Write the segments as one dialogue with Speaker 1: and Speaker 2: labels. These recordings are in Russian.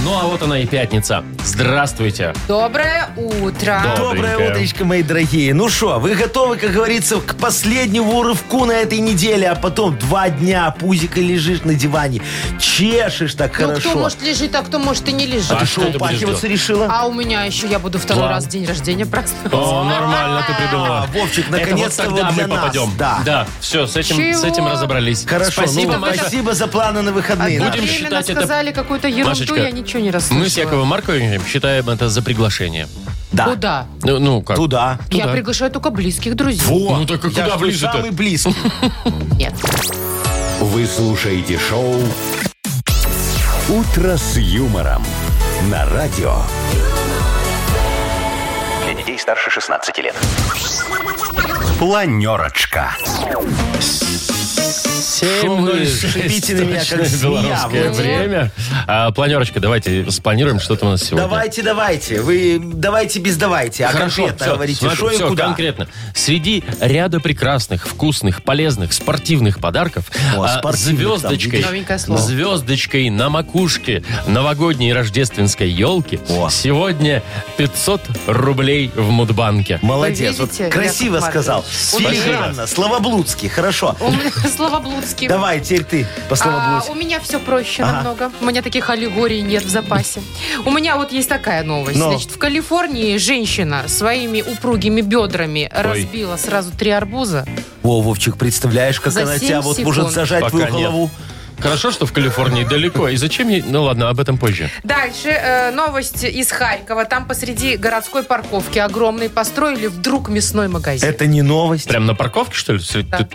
Speaker 1: Ну, а вот она и пятница. Здравствуйте.
Speaker 2: Доброе утро. Ну,
Speaker 1: Да.
Speaker 3: Доброе
Speaker 1: Добренькое.
Speaker 3: утречко, мои дорогие. Ну что, вы готовы, как говорится, к последнему рывку на этой неделе, а потом два дня пузика лежишь на диване, чешешь так
Speaker 2: Ну,
Speaker 3: хорошо.
Speaker 2: кто может лежит, а кто может и не лежит.
Speaker 1: А
Speaker 3: Ты
Speaker 1: что
Speaker 3: что,
Speaker 1: ты будешь
Speaker 3: упахиваться решила?
Speaker 2: А у меня еще, я буду второй
Speaker 1: Да.
Speaker 2: раз день рождения праздновать.
Speaker 1: О, нормально ты придумала.
Speaker 3: А, Вовчик,
Speaker 1: Это
Speaker 3: наконец-то
Speaker 1: вот тогда
Speaker 3: вот для
Speaker 1: мы попадем.
Speaker 3: нас, да.
Speaker 1: все, с этим,
Speaker 2: Чего?
Speaker 1: с этим разобрались.
Speaker 3: Хорошо,
Speaker 1: Спасибо,
Speaker 3: ну,
Speaker 1: Маша.
Speaker 3: спасибо за планы на выходные.
Speaker 1: Будем
Speaker 2: Одновременно
Speaker 1: считать это-
Speaker 2: сказали какую-то ерунду,
Speaker 1: Машечка,
Speaker 2: я ничего не расслышала.
Speaker 1: Мы с Яковом Марковичем считаем это за приглашение.
Speaker 3: Да.
Speaker 2: Куда?
Speaker 1: Ну, ну как?
Speaker 3: Туда.
Speaker 2: Я приглашаю только близких друзей.
Speaker 1: Во, ну так а
Speaker 3: Я ж
Speaker 1: куда
Speaker 3: тут
Speaker 1: ближе-то?
Speaker 3: Самый близкий.
Speaker 2: Нет.
Speaker 4: Вы слушаете шоу «Утро с юмором» на радио. Для детей старше 16 лет. Планерочка.
Speaker 1: 7.06
Speaker 3: шипите на меня, как
Speaker 1: точное белорусское
Speaker 3: свинья, вот.
Speaker 1: время. А, планерочка, давайте спланируем, что там у нас сегодня.
Speaker 3: Давайте, давайте. Вы давайте без давайте, а конкретно
Speaker 1: всё,
Speaker 3: говорите,
Speaker 1: смотри,
Speaker 3: что и
Speaker 1: всё,
Speaker 3: куда.
Speaker 1: конкретно. Среди ряда прекрасных, вкусных, полезных, спортивных подарков
Speaker 3: О,
Speaker 1: а,
Speaker 3: спортивных там,
Speaker 1: звездочкой,
Speaker 2: видишь? Новенькое слово.
Speaker 1: звездочкой на макушке новогодней рождественской елки
Speaker 3: О.
Speaker 1: сегодня 500 рублей в Мудбанке.
Speaker 3: Молодец.
Speaker 2: Вы
Speaker 3: вот
Speaker 2: видите,
Speaker 3: красиво
Speaker 2: Яков
Speaker 3: сказал.
Speaker 2: Маркович?
Speaker 1: У меня-
Speaker 3: Филигранно, словоблудски. Хорошо.
Speaker 2: У меня Словоблудский.
Speaker 3: Давай, теперь ты по
Speaker 2: А,
Speaker 3: словоблудски.
Speaker 2: у меня все проще намного. У меня таких аллегорий нет в запасе. У меня вот есть такая новость.
Speaker 1: Ну.
Speaker 3: Но.
Speaker 2: Значит, в Калифорнии женщина своими упругими бедрами разбила сразу три арбуза.
Speaker 3: О, Вовчик, представляешь, как
Speaker 2: За
Speaker 3: она
Speaker 2: семь
Speaker 3: тебя вот
Speaker 2: секунд.
Speaker 3: может зажать
Speaker 1: Пока
Speaker 3: твою
Speaker 1: нет.
Speaker 3: голову?
Speaker 1: Хорошо, что в Калифорнии далеко. И зачем ей... Ну ладно, об этом позже.
Speaker 2: Дальше э, новость из Харькова. Там посреди городской парковки огромный построили вдруг мясной магазин.
Speaker 3: Это не новость.
Speaker 1: Прям на парковке, что ли? Ты-
Speaker 2: Да.
Speaker 1: ты-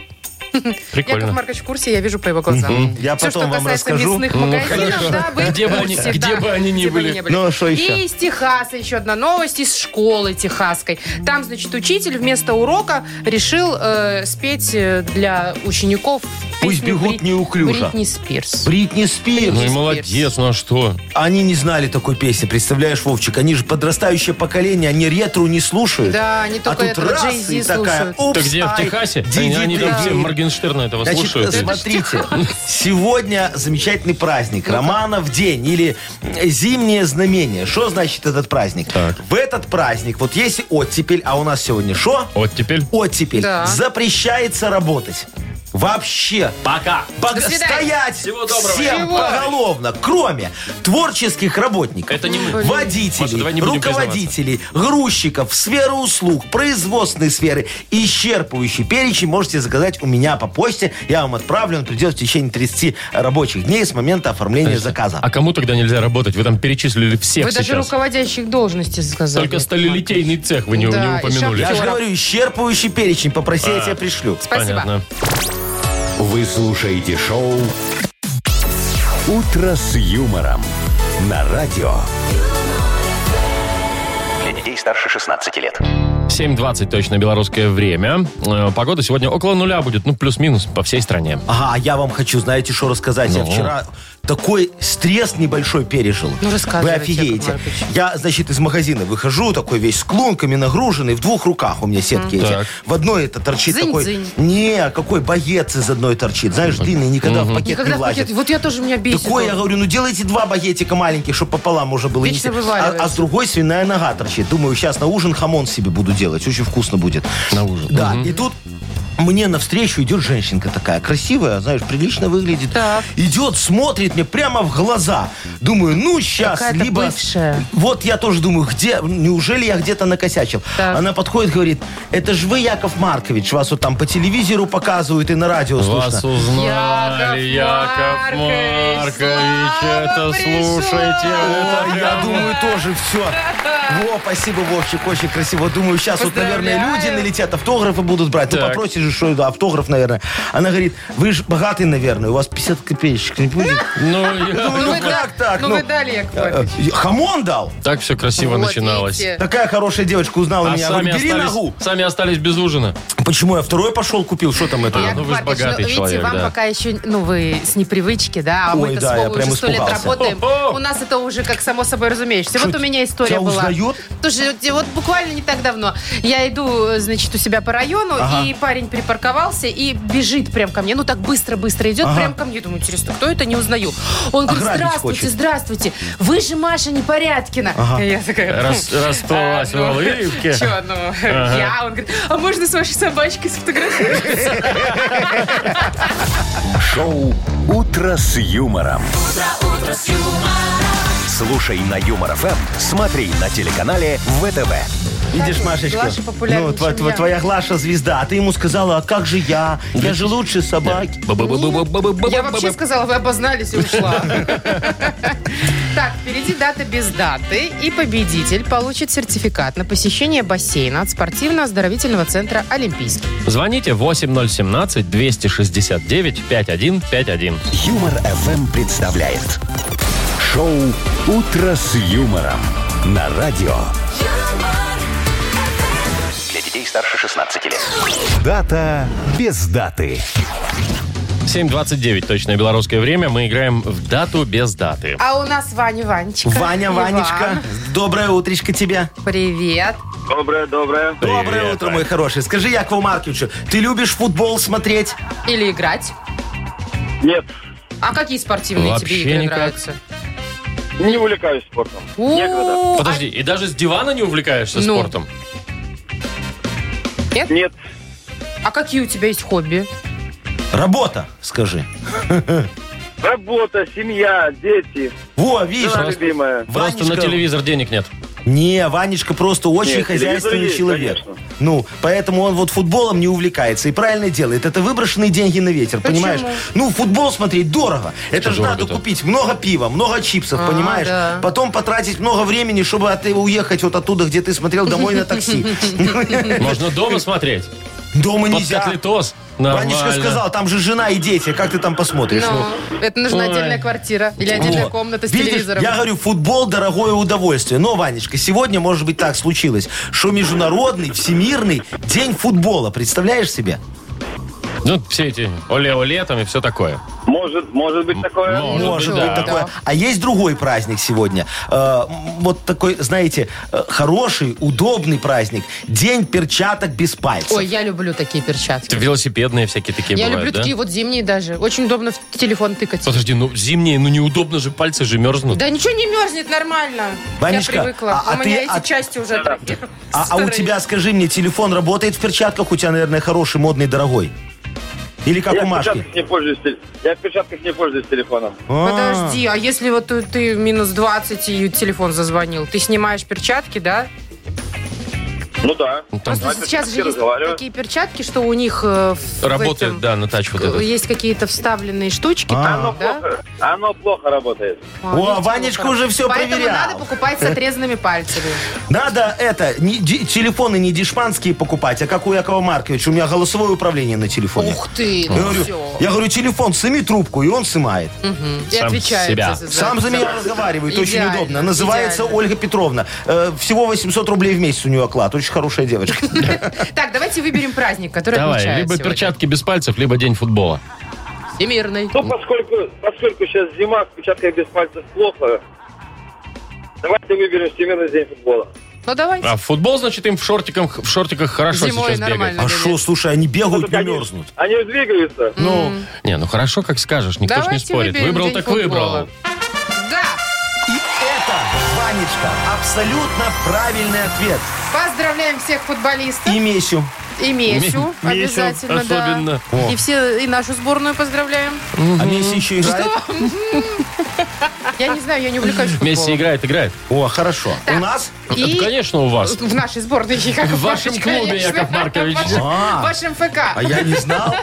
Speaker 2: Яков
Speaker 1: Прикольно.
Speaker 2: Маркович в курсе, я вижу по его глазам.
Speaker 3: Я
Speaker 2: Все,
Speaker 3: потом
Speaker 2: что
Speaker 3: вам
Speaker 2: касается
Speaker 3: расскажу.
Speaker 2: мясных
Speaker 1: Ну,
Speaker 2: магазинов,
Speaker 1: хорошо.
Speaker 2: да, вы
Speaker 1: Где бы
Speaker 2: в
Speaker 1: они-
Speaker 2: курсе,
Speaker 1: где
Speaker 2: да,
Speaker 1: бы они ни
Speaker 2: где бы
Speaker 1: были.
Speaker 3: Ну, а что еще?
Speaker 2: И из Техаса еще одна новость из школы техасской. Там, значит, учитель вместо урока решил э, спеть э, для учеников
Speaker 3: Пусть
Speaker 2: песню
Speaker 3: бегут
Speaker 2: Брит-
Speaker 3: неуклюже.
Speaker 2: Бритни Спирс.
Speaker 3: Бритни Спирс.
Speaker 1: Ну и молодец, ну а что?
Speaker 3: Они не знали такой песни, представляешь, Вовчик? Они же подрастающее поколение, они ретру не слушают.
Speaker 2: Да, они только
Speaker 3: а тут
Speaker 2: этого
Speaker 3: раз,
Speaker 2: Jay-Z
Speaker 3: и такая,
Speaker 2: слушают.
Speaker 3: «Упс,
Speaker 1: Ты где, в
Speaker 3: ай,
Speaker 1: Техасе?
Speaker 3: ди-ди-ди».
Speaker 1: Они- Они там все Моргенштерна этого
Speaker 3: Значит, э,
Speaker 1: слушают.
Speaker 3: смотрите, сегодня замечательный праздник. Романов день или э, зимнее знамение. Что значит этот праздник?
Speaker 1: Так.
Speaker 3: В этот праздник, вот если оттепель, а у нас сегодня что?
Speaker 1: Вот теперь...
Speaker 3: Оттепель.
Speaker 2: Да.
Speaker 3: Запрещается работать. Вообще.
Speaker 1: Пока!
Speaker 3: Пог-
Speaker 2: До свидания.
Speaker 3: Стоять
Speaker 1: Всего доброго.
Speaker 3: всем
Speaker 1: Чего?
Speaker 3: поголовно, кроме творческих работников,
Speaker 1: Это не мы. Маша,
Speaker 3: водителей,
Speaker 1: давай не будем
Speaker 3: руководителей, грузчиков, сферы услуг, производственной сферы. Исчерпывающий перечень можете заказать у меня по почте. Я вам отправлю, он придет в течение 30 рабочих дней с момента оформления заказа.
Speaker 1: А кому тогда нельзя работать? Вы там перечислили всех
Speaker 2: Вы даже
Speaker 1: сейчас.
Speaker 2: руководящих должностей сказали.
Speaker 1: Только сталелитейный цех вы не,
Speaker 2: Да,
Speaker 1: не
Speaker 2: и
Speaker 1: упомянули.
Speaker 3: Я же
Speaker 2: Актера.
Speaker 3: говорю, исчерпывающий перечень. Попроси,
Speaker 1: А.
Speaker 3: я тебе пришлю.
Speaker 2: Спасибо.
Speaker 1: Понятно.
Speaker 4: Вы слушаете шоу «Утро с юмором» на радио. Для детей старше 16 лет.
Speaker 1: 7.20 точно белорусское время. Э, Погода сегодня около нуля будет, ну плюс-минус по всей стране.
Speaker 3: Ага, а я вам хочу, знаете, что рассказать. Я
Speaker 1: Ну.
Speaker 3: вчера такой стресс небольшой пережил.
Speaker 2: Ну, рассказывайте,
Speaker 3: Вы
Speaker 2: Яков
Speaker 3: офигеете.
Speaker 2: Маркович.
Speaker 3: Я, значит, из магазина выхожу, такой весь с клунками нагруженный, в двух руках у меня сетки эти.
Speaker 1: Так.
Speaker 3: В одной это торчит
Speaker 2: Дзынь-дзынь.
Speaker 3: такой... Не, какой боец из одной торчит. Знаешь, длинный, никогда в пакет
Speaker 2: Никогда
Speaker 3: не
Speaker 2: в
Speaker 3: влазит.
Speaker 2: пакет- Вот я тоже меня бесит.
Speaker 3: Такое, я
Speaker 2: он.
Speaker 3: говорю, ну делайте два багетика маленьких, чтобы пополам можно было
Speaker 2: Вечно
Speaker 3: нести. А,
Speaker 2: вываливается.
Speaker 3: а с другой свиная нога торчит. Думаю, сейчас на ужин хамон себе буду делать. Очень вкусно будет.
Speaker 1: На ужин.
Speaker 3: Да, и тут мне навстречу идет женщинка такая, красивая, знаешь, прилично выглядит.
Speaker 2: Так.
Speaker 3: Идет, смотрит мне прямо в глаза. Думаю, ну сейчас,
Speaker 2: Какая-то
Speaker 3: либо...
Speaker 2: бывшая.
Speaker 3: Вот я тоже думаю, где, неужели я где-то накосячил?
Speaker 2: Так.
Speaker 3: Она подходит, говорит, это же вы, Яков Маркович, вас вот там по телевизору показывают и на радио слышно.
Speaker 1: Вас узнали,
Speaker 2: Яков
Speaker 1: Яков
Speaker 2: Маркович,
Speaker 1: Маркович.
Speaker 2: слава
Speaker 1: Это
Speaker 2: пришла!
Speaker 1: слушайте. это
Speaker 3: Ой, я
Speaker 1: прям-
Speaker 3: думаю, тоже все. Во, спасибо, Вовчик, очень красиво. Думаю, сейчас вот, наверное,
Speaker 2: Поздравляю.
Speaker 3: люди налетят, автографы будут брать. Ну,
Speaker 1: Так.
Speaker 3: попросишь же, что это автограф, наверное. Она говорит, вы же богатый, наверное, у вас 50 копеечек не будет?
Speaker 1: Ну, я-
Speaker 3: ну
Speaker 2: вы да-
Speaker 3: как так?
Speaker 2: Ну,
Speaker 3: Ну,
Speaker 2: вы дали, Яков
Speaker 3: Э,
Speaker 2: Маркович.
Speaker 3: Хамон дал?
Speaker 1: так все красиво
Speaker 2: Вот
Speaker 1: начиналось.
Speaker 2: видите.
Speaker 3: Такая хорошая девочка узнала
Speaker 1: А
Speaker 3: меня.
Speaker 1: сами
Speaker 3: Говорю, бери
Speaker 1: остались,
Speaker 3: ногу.
Speaker 1: сами остались без ужина.
Speaker 3: Почему я второй пошел, купил? Что там это?
Speaker 1: А, ну вы ж
Speaker 2: Яков Маркович, ну,
Speaker 1: богатый
Speaker 2: видите,
Speaker 1: человек,
Speaker 2: вам
Speaker 1: да.
Speaker 2: пока еще, ну, вы с непривычки, да, а
Speaker 3: Ой,
Speaker 2: мы-то
Speaker 3: да,
Speaker 2: с
Speaker 3: я
Speaker 2: Вовой
Speaker 3: прям
Speaker 2: уже сто лет
Speaker 3: испугался.
Speaker 2: работаем.
Speaker 1: О-о!
Speaker 2: У нас это уже как само собой разумеешься. Вот
Speaker 3: Чё,
Speaker 2: у меня история
Speaker 3: тебя
Speaker 2: была.
Speaker 3: узнают?
Speaker 2: Слушай, вот- вот буквально не так давно. Я иду, значит, у себя по району,
Speaker 3: Ага.
Speaker 2: и парень припарковался и бежит прям ко мне. Ну, так быстро-быстро идет
Speaker 3: Ага.
Speaker 2: прям ко мне. Думаю, интересно, кто это, не узнаю. Он говорит,
Speaker 3: Ограбить
Speaker 2: здравствуйте,
Speaker 3: хочет.
Speaker 2: здравствуйте. Вы же Маша Непорядкина.
Speaker 3: Ага.
Speaker 2: И Я такая...
Speaker 1: Рас- расплылась
Speaker 2: «А, ну,
Speaker 1: в улыбке.
Speaker 2: чё, ну, я. Он говорит, а можно с вашей собачкой сфотографироваться?
Speaker 4: Шоу «Утро с юмором». Слушай на Юмор ФМ, смотри на телеканале ВТВ.
Speaker 3: Видишь,
Speaker 2: Кстати,
Speaker 3: Машечка?
Speaker 2: Глаша популярнее,
Speaker 3: ну, вот, вот-
Speaker 2: чем
Speaker 3: вот
Speaker 2: я.
Speaker 3: твоя Глаша звезда, а ты ему сказала, а как же я? Я же лучше собаки.
Speaker 2: Я вообще сказала, вы обознались и ушла. Так, впереди дата без даты, и победитель получит сертификат на посещение бассейна от спортивно-оздоровительного центра «Олимпийский».
Speaker 1: Звоните 8017-269-5151.
Speaker 4: Юмор ФМ представляет шоу Утро с юмором на радио. Для детей старше 16 лет. Дата без даты.
Speaker 1: 7.29, точное белорусское время. Мы играем в дату без даты.
Speaker 2: А у нас Ваня Ванечка.
Speaker 3: Ваня,
Speaker 2: Иван,
Speaker 3: Ванечка, доброе утречко тебе.
Speaker 2: Привет.
Speaker 5: Доброе, доброе.
Speaker 1: Привет,
Speaker 3: доброе утро,
Speaker 1: Вань.
Speaker 3: мой хороший. Скажи, Якову Марковичу, ты любишь футбол смотреть?
Speaker 2: Или играть.
Speaker 5: Нет,
Speaker 2: А какие спортивные
Speaker 1: Вообще
Speaker 2: тебе игры
Speaker 1: никак.
Speaker 2: нравятся?
Speaker 5: не увлекаюсь спортом. Некогда.
Speaker 2: У,
Speaker 1: Подожди, и даже с дивана не увлекаешься
Speaker 2: а Ну.
Speaker 1: спортом?
Speaker 5: Нет,
Speaker 2: а- А какие у тебя есть хобби?
Speaker 3: Работа, скажи.
Speaker 5: работа, семья, дети,
Speaker 3: Во, видишь,
Speaker 5: жена любимая.
Speaker 1: Просто на
Speaker 3: Ванечка-
Speaker 1: телевизор денег нет.
Speaker 3: Не, Ванечка просто очень
Speaker 5: Нет,
Speaker 3: хозяйственный
Speaker 5: телевизор есть,
Speaker 3: человек.
Speaker 5: конечно.
Speaker 3: Ну, поэтому он вот футболом не увлекается и правильно делает. Это выброшенные деньги на ветер,
Speaker 2: Почему?
Speaker 3: понимаешь? Ну, футбол смотреть дорого. Это же надо
Speaker 1: дорого-то?
Speaker 3: купить много пива, много чипсов,
Speaker 2: А,
Speaker 3: понимаешь?
Speaker 2: да.
Speaker 3: Потом потратить много времени, чтобы от уехать вот оттуда, где ты смотрел, домой на такси.
Speaker 1: Можно дома смотреть.
Speaker 3: Дома
Speaker 1: Под
Speaker 3: нельзя.
Speaker 1: котлетос. Нормально.
Speaker 3: Ванечка сказал, там же жена и дети, как ты там посмотришь? Ну,
Speaker 2: Ну, это нужна
Speaker 1: Ой.
Speaker 2: отдельная квартира или отдельная
Speaker 3: Вот.
Speaker 2: комната с
Speaker 3: Видишь,
Speaker 2: телевизором.
Speaker 3: Я говорю, футбол дорогое удовольствие. Но, Ванечка, сегодня, может быть, так случилось, что международный, всемирный день футбола. Представляешь себе?
Speaker 1: Ну, все эти оле-оле там и все такое.
Speaker 5: Может, может быть такое?
Speaker 1: Может. быть, да.
Speaker 3: такое.
Speaker 2: Да.
Speaker 3: А есть другой праздник сегодня. Э, м, вот такой, знаете, э, хороший, удобный праздник. День перчаток без пальцев.
Speaker 2: Ой, я люблю такие перчатки.
Speaker 1: Это Велосипедные всякие такие
Speaker 2: Я
Speaker 1: бывают,
Speaker 2: люблю
Speaker 1: да?
Speaker 2: такие вот зимние даже. Очень удобно в телефон тыкать.
Speaker 1: Подожди, ну зимние, ну неудобно же, пальцы же мерзнут.
Speaker 2: Да ничего не мерзнет, нормально.
Speaker 3: Ванечка,
Speaker 2: я привыкла.
Speaker 3: а- а
Speaker 2: у меня
Speaker 3: ты-
Speaker 2: эти
Speaker 3: а-
Speaker 2: части уже такие
Speaker 3: А, а у
Speaker 2: старые.
Speaker 3: тебя, скажи мне, телефон работает в перчатках? У тебя, наверное, хороший, модный, дорогой. Или как
Speaker 5: Я
Speaker 3: у
Speaker 5: в,
Speaker 3: Машки?
Speaker 5: перчатках не пользуюсь, тел- я в перчатках не пользуюсь телефоном.
Speaker 2: Подожди, а если вот ты, ты минус 20 и телефон зазвонил, ты снимаешь перчатки, да?
Speaker 5: Ну да.
Speaker 1: там-
Speaker 5: Ну, а
Speaker 2: Просто сейчас
Speaker 5: перчатки
Speaker 2: же есть
Speaker 5: разговариваю.
Speaker 2: такие перчатки, что у них э, в
Speaker 1: Работает,
Speaker 2: этом,
Speaker 1: да, на тач вот
Speaker 2: к-
Speaker 1: этот.
Speaker 2: Есть какие-то вставленные штучки
Speaker 3: А.
Speaker 2: там,
Speaker 5: Оно,
Speaker 2: да?
Speaker 5: плохо, оно плохо работает.
Speaker 2: А,
Speaker 3: О,
Speaker 2: видите,
Speaker 3: Ванечка
Speaker 2: вот
Speaker 3: уже
Speaker 2: так.
Speaker 3: всё
Speaker 2: Поэтому
Speaker 3: проверял.
Speaker 2: надо покупать с отрезанными пальцами.
Speaker 3: Надо это, не, ди- телефоны не дешманские покупать, а как у Якова Марковича. У меня голосовое управление на телефоне.
Speaker 2: Ух ты,
Speaker 3: Я
Speaker 2: ну
Speaker 3: говорю,
Speaker 2: все.
Speaker 3: я говорю, телефон, сними трубку, и он снимает.
Speaker 2: И
Speaker 1: Сам
Speaker 2: отвечает
Speaker 1: себя.
Speaker 2: за- за-
Speaker 3: Сам за меня разговаривает, очень
Speaker 2: Идеально,
Speaker 3: удобно. Называется
Speaker 2: идеально.
Speaker 3: Ольга Петровна. Э, всего 800 рублей в месяц у нее оклад. Очень хорошая девочка.
Speaker 2: Так, давайте выберем праздник, который
Speaker 1: Давай,
Speaker 2: отмечают
Speaker 1: либо
Speaker 2: сегодня.
Speaker 1: перчатки без пальцев, либо день футбола.
Speaker 2: Всемирный.
Speaker 5: Ну, поскольку, поскольку сейчас зима, в перчатках без пальцев плохо, давайте выберем Всемирный день футбола.
Speaker 2: Ну, давайте.
Speaker 1: А в футбол, значит, им в, шортиках, в шортиках хорошо
Speaker 2: Зимой
Speaker 1: сейчас
Speaker 2: нормально.
Speaker 1: бегать.
Speaker 3: А что, слушай, они бегают, не
Speaker 5: Они,
Speaker 3: мерзнут.
Speaker 5: они же двигаются.
Speaker 3: Ну,
Speaker 1: Не, ну хорошо, как скажешь, никто ж не
Speaker 2: Давайте
Speaker 1: спорит.
Speaker 2: выберем
Speaker 1: Выбрал
Speaker 2: день
Speaker 1: так
Speaker 2: футбола.
Speaker 1: выбрал.
Speaker 2: Да,
Speaker 3: и это, Ванечка, абсолютно правильный ответ.
Speaker 2: поздравляем всех футболистов
Speaker 3: И Месю.
Speaker 2: и Месю,
Speaker 1: Ми- Месю
Speaker 2: обязательно, да.
Speaker 1: особенно.
Speaker 2: И все, и нашу сборную поздравляем.
Speaker 3: А Месси еще играет.
Speaker 2: Я не знаю, я не увлекаюсь
Speaker 1: Месси
Speaker 2: футболом.
Speaker 1: играет, играет.
Speaker 3: О, хорошо. У нас?
Speaker 2: И
Speaker 1: Это, конечно, у вас.
Speaker 2: В нашей сборной, Яков
Speaker 1: В вашем
Speaker 2: Маркович,
Speaker 1: клубе,
Speaker 2: конечно.
Speaker 1: Яков Маркович.
Speaker 2: В вашем- В
Speaker 3: А,
Speaker 2: вашем ФК.
Speaker 3: а я не знал.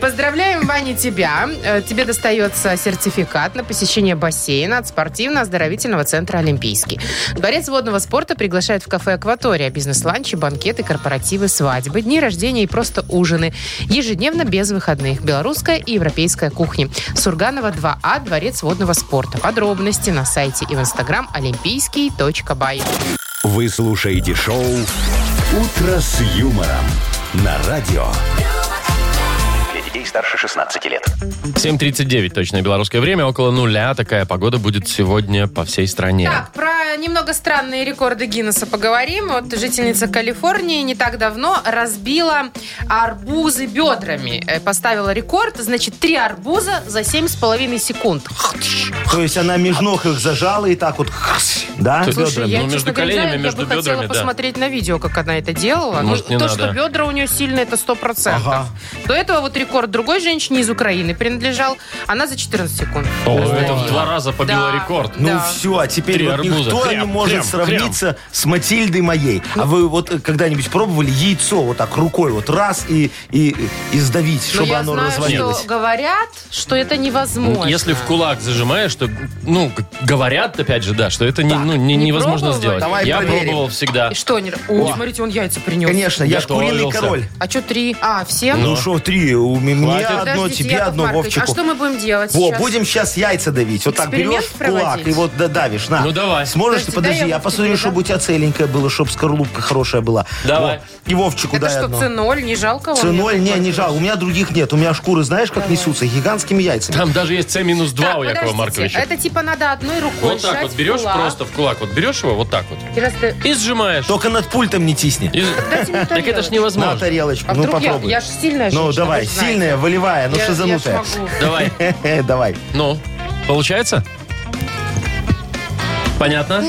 Speaker 2: Поздравляем, Ваня, тебя. Э, Тебе достается сертификат на посещение бассейна от спортивно-оздоровительного центра «Олимпийский». Дворец водного спорта приглашает в кафе «Акватория» бизнес-ланчи, банкеты, корпоративы, свадьбы, дни рождения и просто ужины. Ежедневно без выходных. Белорусская и европейская кухни. Сурганова 2А, Дворец водного спорта. Подробности на сайте и в инстаграм олимпийский.бай.
Speaker 4: Вы слушаете шоу «Утро с юмором» на радио. Для детей старше 16 лет.
Speaker 1: 7.39 точное белорусское время, около нуля. Такая погода будет сегодня по всей стране.
Speaker 2: Так, про немного странные рекорды Гиннесса поговорим. Вот жительница Калифорнии не так давно разбила арбузы бедрами. Э, Поставила рекорд, значит, три арбуза за 7,5 секунд.
Speaker 3: То есть она меж ног их зажала и так вот, да?
Speaker 1: То-
Speaker 2: Слушай,
Speaker 1: Бедрами.
Speaker 2: я,
Speaker 1: Ну, между
Speaker 2: честно говоря,
Speaker 1: коленями,
Speaker 2: я
Speaker 1: между
Speaker 2: бы хотела
Speaker 1: бедрами, да.
Speaker 2: посмотреть на видео, как она это делала.
Speaker 1: Может,
Speaker 2: Ну,
Speaker 1: не
Speaker 2: то,
Speaker 1: надо.
Speaker 2: что бедра у нее сильные, это 100%.
Speaker 3: Ага.
Speaker 2: До этого вот рекорд другой женщине из Украины принадлежал. Она за 14 секунд.
Speaker 1: О,
Speaker 2: Представляете?
Speaker 1: это в два раза побило
Speaker 2: Да.
Speaker 1: рекорд.
Speaker 3: Ну
Speaker 2: Да.
Speaker 3: все, а теперь
Speaker 1: Три
Speaker 3: вот
Speaker 1: арбуза.
Speaker 3: никто
Speaker 1: Хрям,
Speaker 3: не может
Speaker 1: хрям,
Speaker 3: сравниться с Матильдой моей. А вы вот э, когда-нибудь пробовали яйцо вот так рукой вот раз и, и, и сдавить,
Speaker 2: Но
Speaker 3: чтобы
Speaker 2: Ну, я
Speaker 3: оно
Speaker 2: знаю,
Speaker 3: развалилось?
Speaker 2: что говорят, что это невозможно.
Speaker 1: Если в кулак зажимаешь, то, ну, г- говорят, опять же, да, что это не, ну, не-
Speaker 2: не
Speaker 1: невозможно
Speaker 2: пробовали?
Speaker 1: сделать.
Speaker 3: Давай
Speaker 1: Я
Speaker 3: проверим.
Speaker 1: пробовал всегда.
Speaker 2: И что они... О, смотрите, он яйца принес.
Speaker 3: Конечно, я ж куриный
Speaker 1: Готовился.
Speaker 3: король.
Speaker 2: А что три? А, всем?
Speaker 3: Ну что, три, у м- мне
Speaker 1: Хватит.
Speaker 3: одно,
Speaker 2: Подождите,
Speaker 3: тебе
Speaker 2: Яков
Speaker 3: одно,
Speaker 2: Маркович,
Speaker 3: Вовчику.
Speaker 2: А что мы будем делать
Speaker 3: Во,
Speaker 2: сейчас?
Speaker 3: будем сейчас яйца давить. Вот так
Speaker 2: Эксперимент
Speaker 3: берешь в кулак
Speaker 2: проводить?
Speaker 3: и вот додавишь. На.
Speaker 1: Ну, давай.
Speaker 3: Сможешь ты,
Speaker 2: Подожди, дай
Speaker 3: подожди,
Speaker 2: я
Speaker 3: я
Speaker 2: вот
Speaker 3: посмотрю,
Speaker 2: тебе,
Speaker 3: чтобы
Speaker 2: да?
Speaker 3: у тебя целенькая была, чтобы скорлупка хорошая была.
Speaker 1: Давай.
Speaker 3: Во. И Вовчику
Speaker 2: Это
Speaker 3: дай
Speaker 2: что,
Speaker 3: одно.
Speaker 2: ценоль? Не жалко вам? Яков
Speaker 3: Ценоль, не, не
Speaker 2: Маркович?
Speaker 3: жалко. У меня других нет. У меня шкуры, знаешь, как несутся? Гигантскими яйцами.
Speaker 1: Там даже есть С-2
Speaker 2: Так,
Speaker 1: у Якова
Speaker 2: подождите,
Speaker 1: Марковича.
Speaker 2: Это типа надо одной рукой
Speaker 1: Вот так
Speaker 2: сжать
Speaker 1: вот берешь
Speaker 2: кулак.
Speaker 1: просто в кулак, вот берешь его вот так вот
Speaker 2: И раз ты-
Speaker 1: и сжимаешь.
Speaker 3: Только над пультом не тисни.
Speaker 1: И-
Speaker 2: Дайте мне
Speaker 1: Так это ж
Speaker 2: тарелочку.
Speaker 3: На
Speaker 1: невозможно.
Speaker 3: тарелочку.
Speaker 2: А
Speaker 3: ну
Speaker 2: вдруг я,
Speaker 3: попробуй.
Speaker 2: я ж сильная женщина,
Speaker 3: ну давай,
Speaker 2: вы же знаете.
Speaker 3: сильная, волевая, ну
Speaker 2: Я- я ж
Speaker 3: шизанутая.
Speaker 2: могу.
Speaker 1: Давай,
Speaker 3: Хе-хе, Давай.
Speaker 1: ну, получается? Понятно?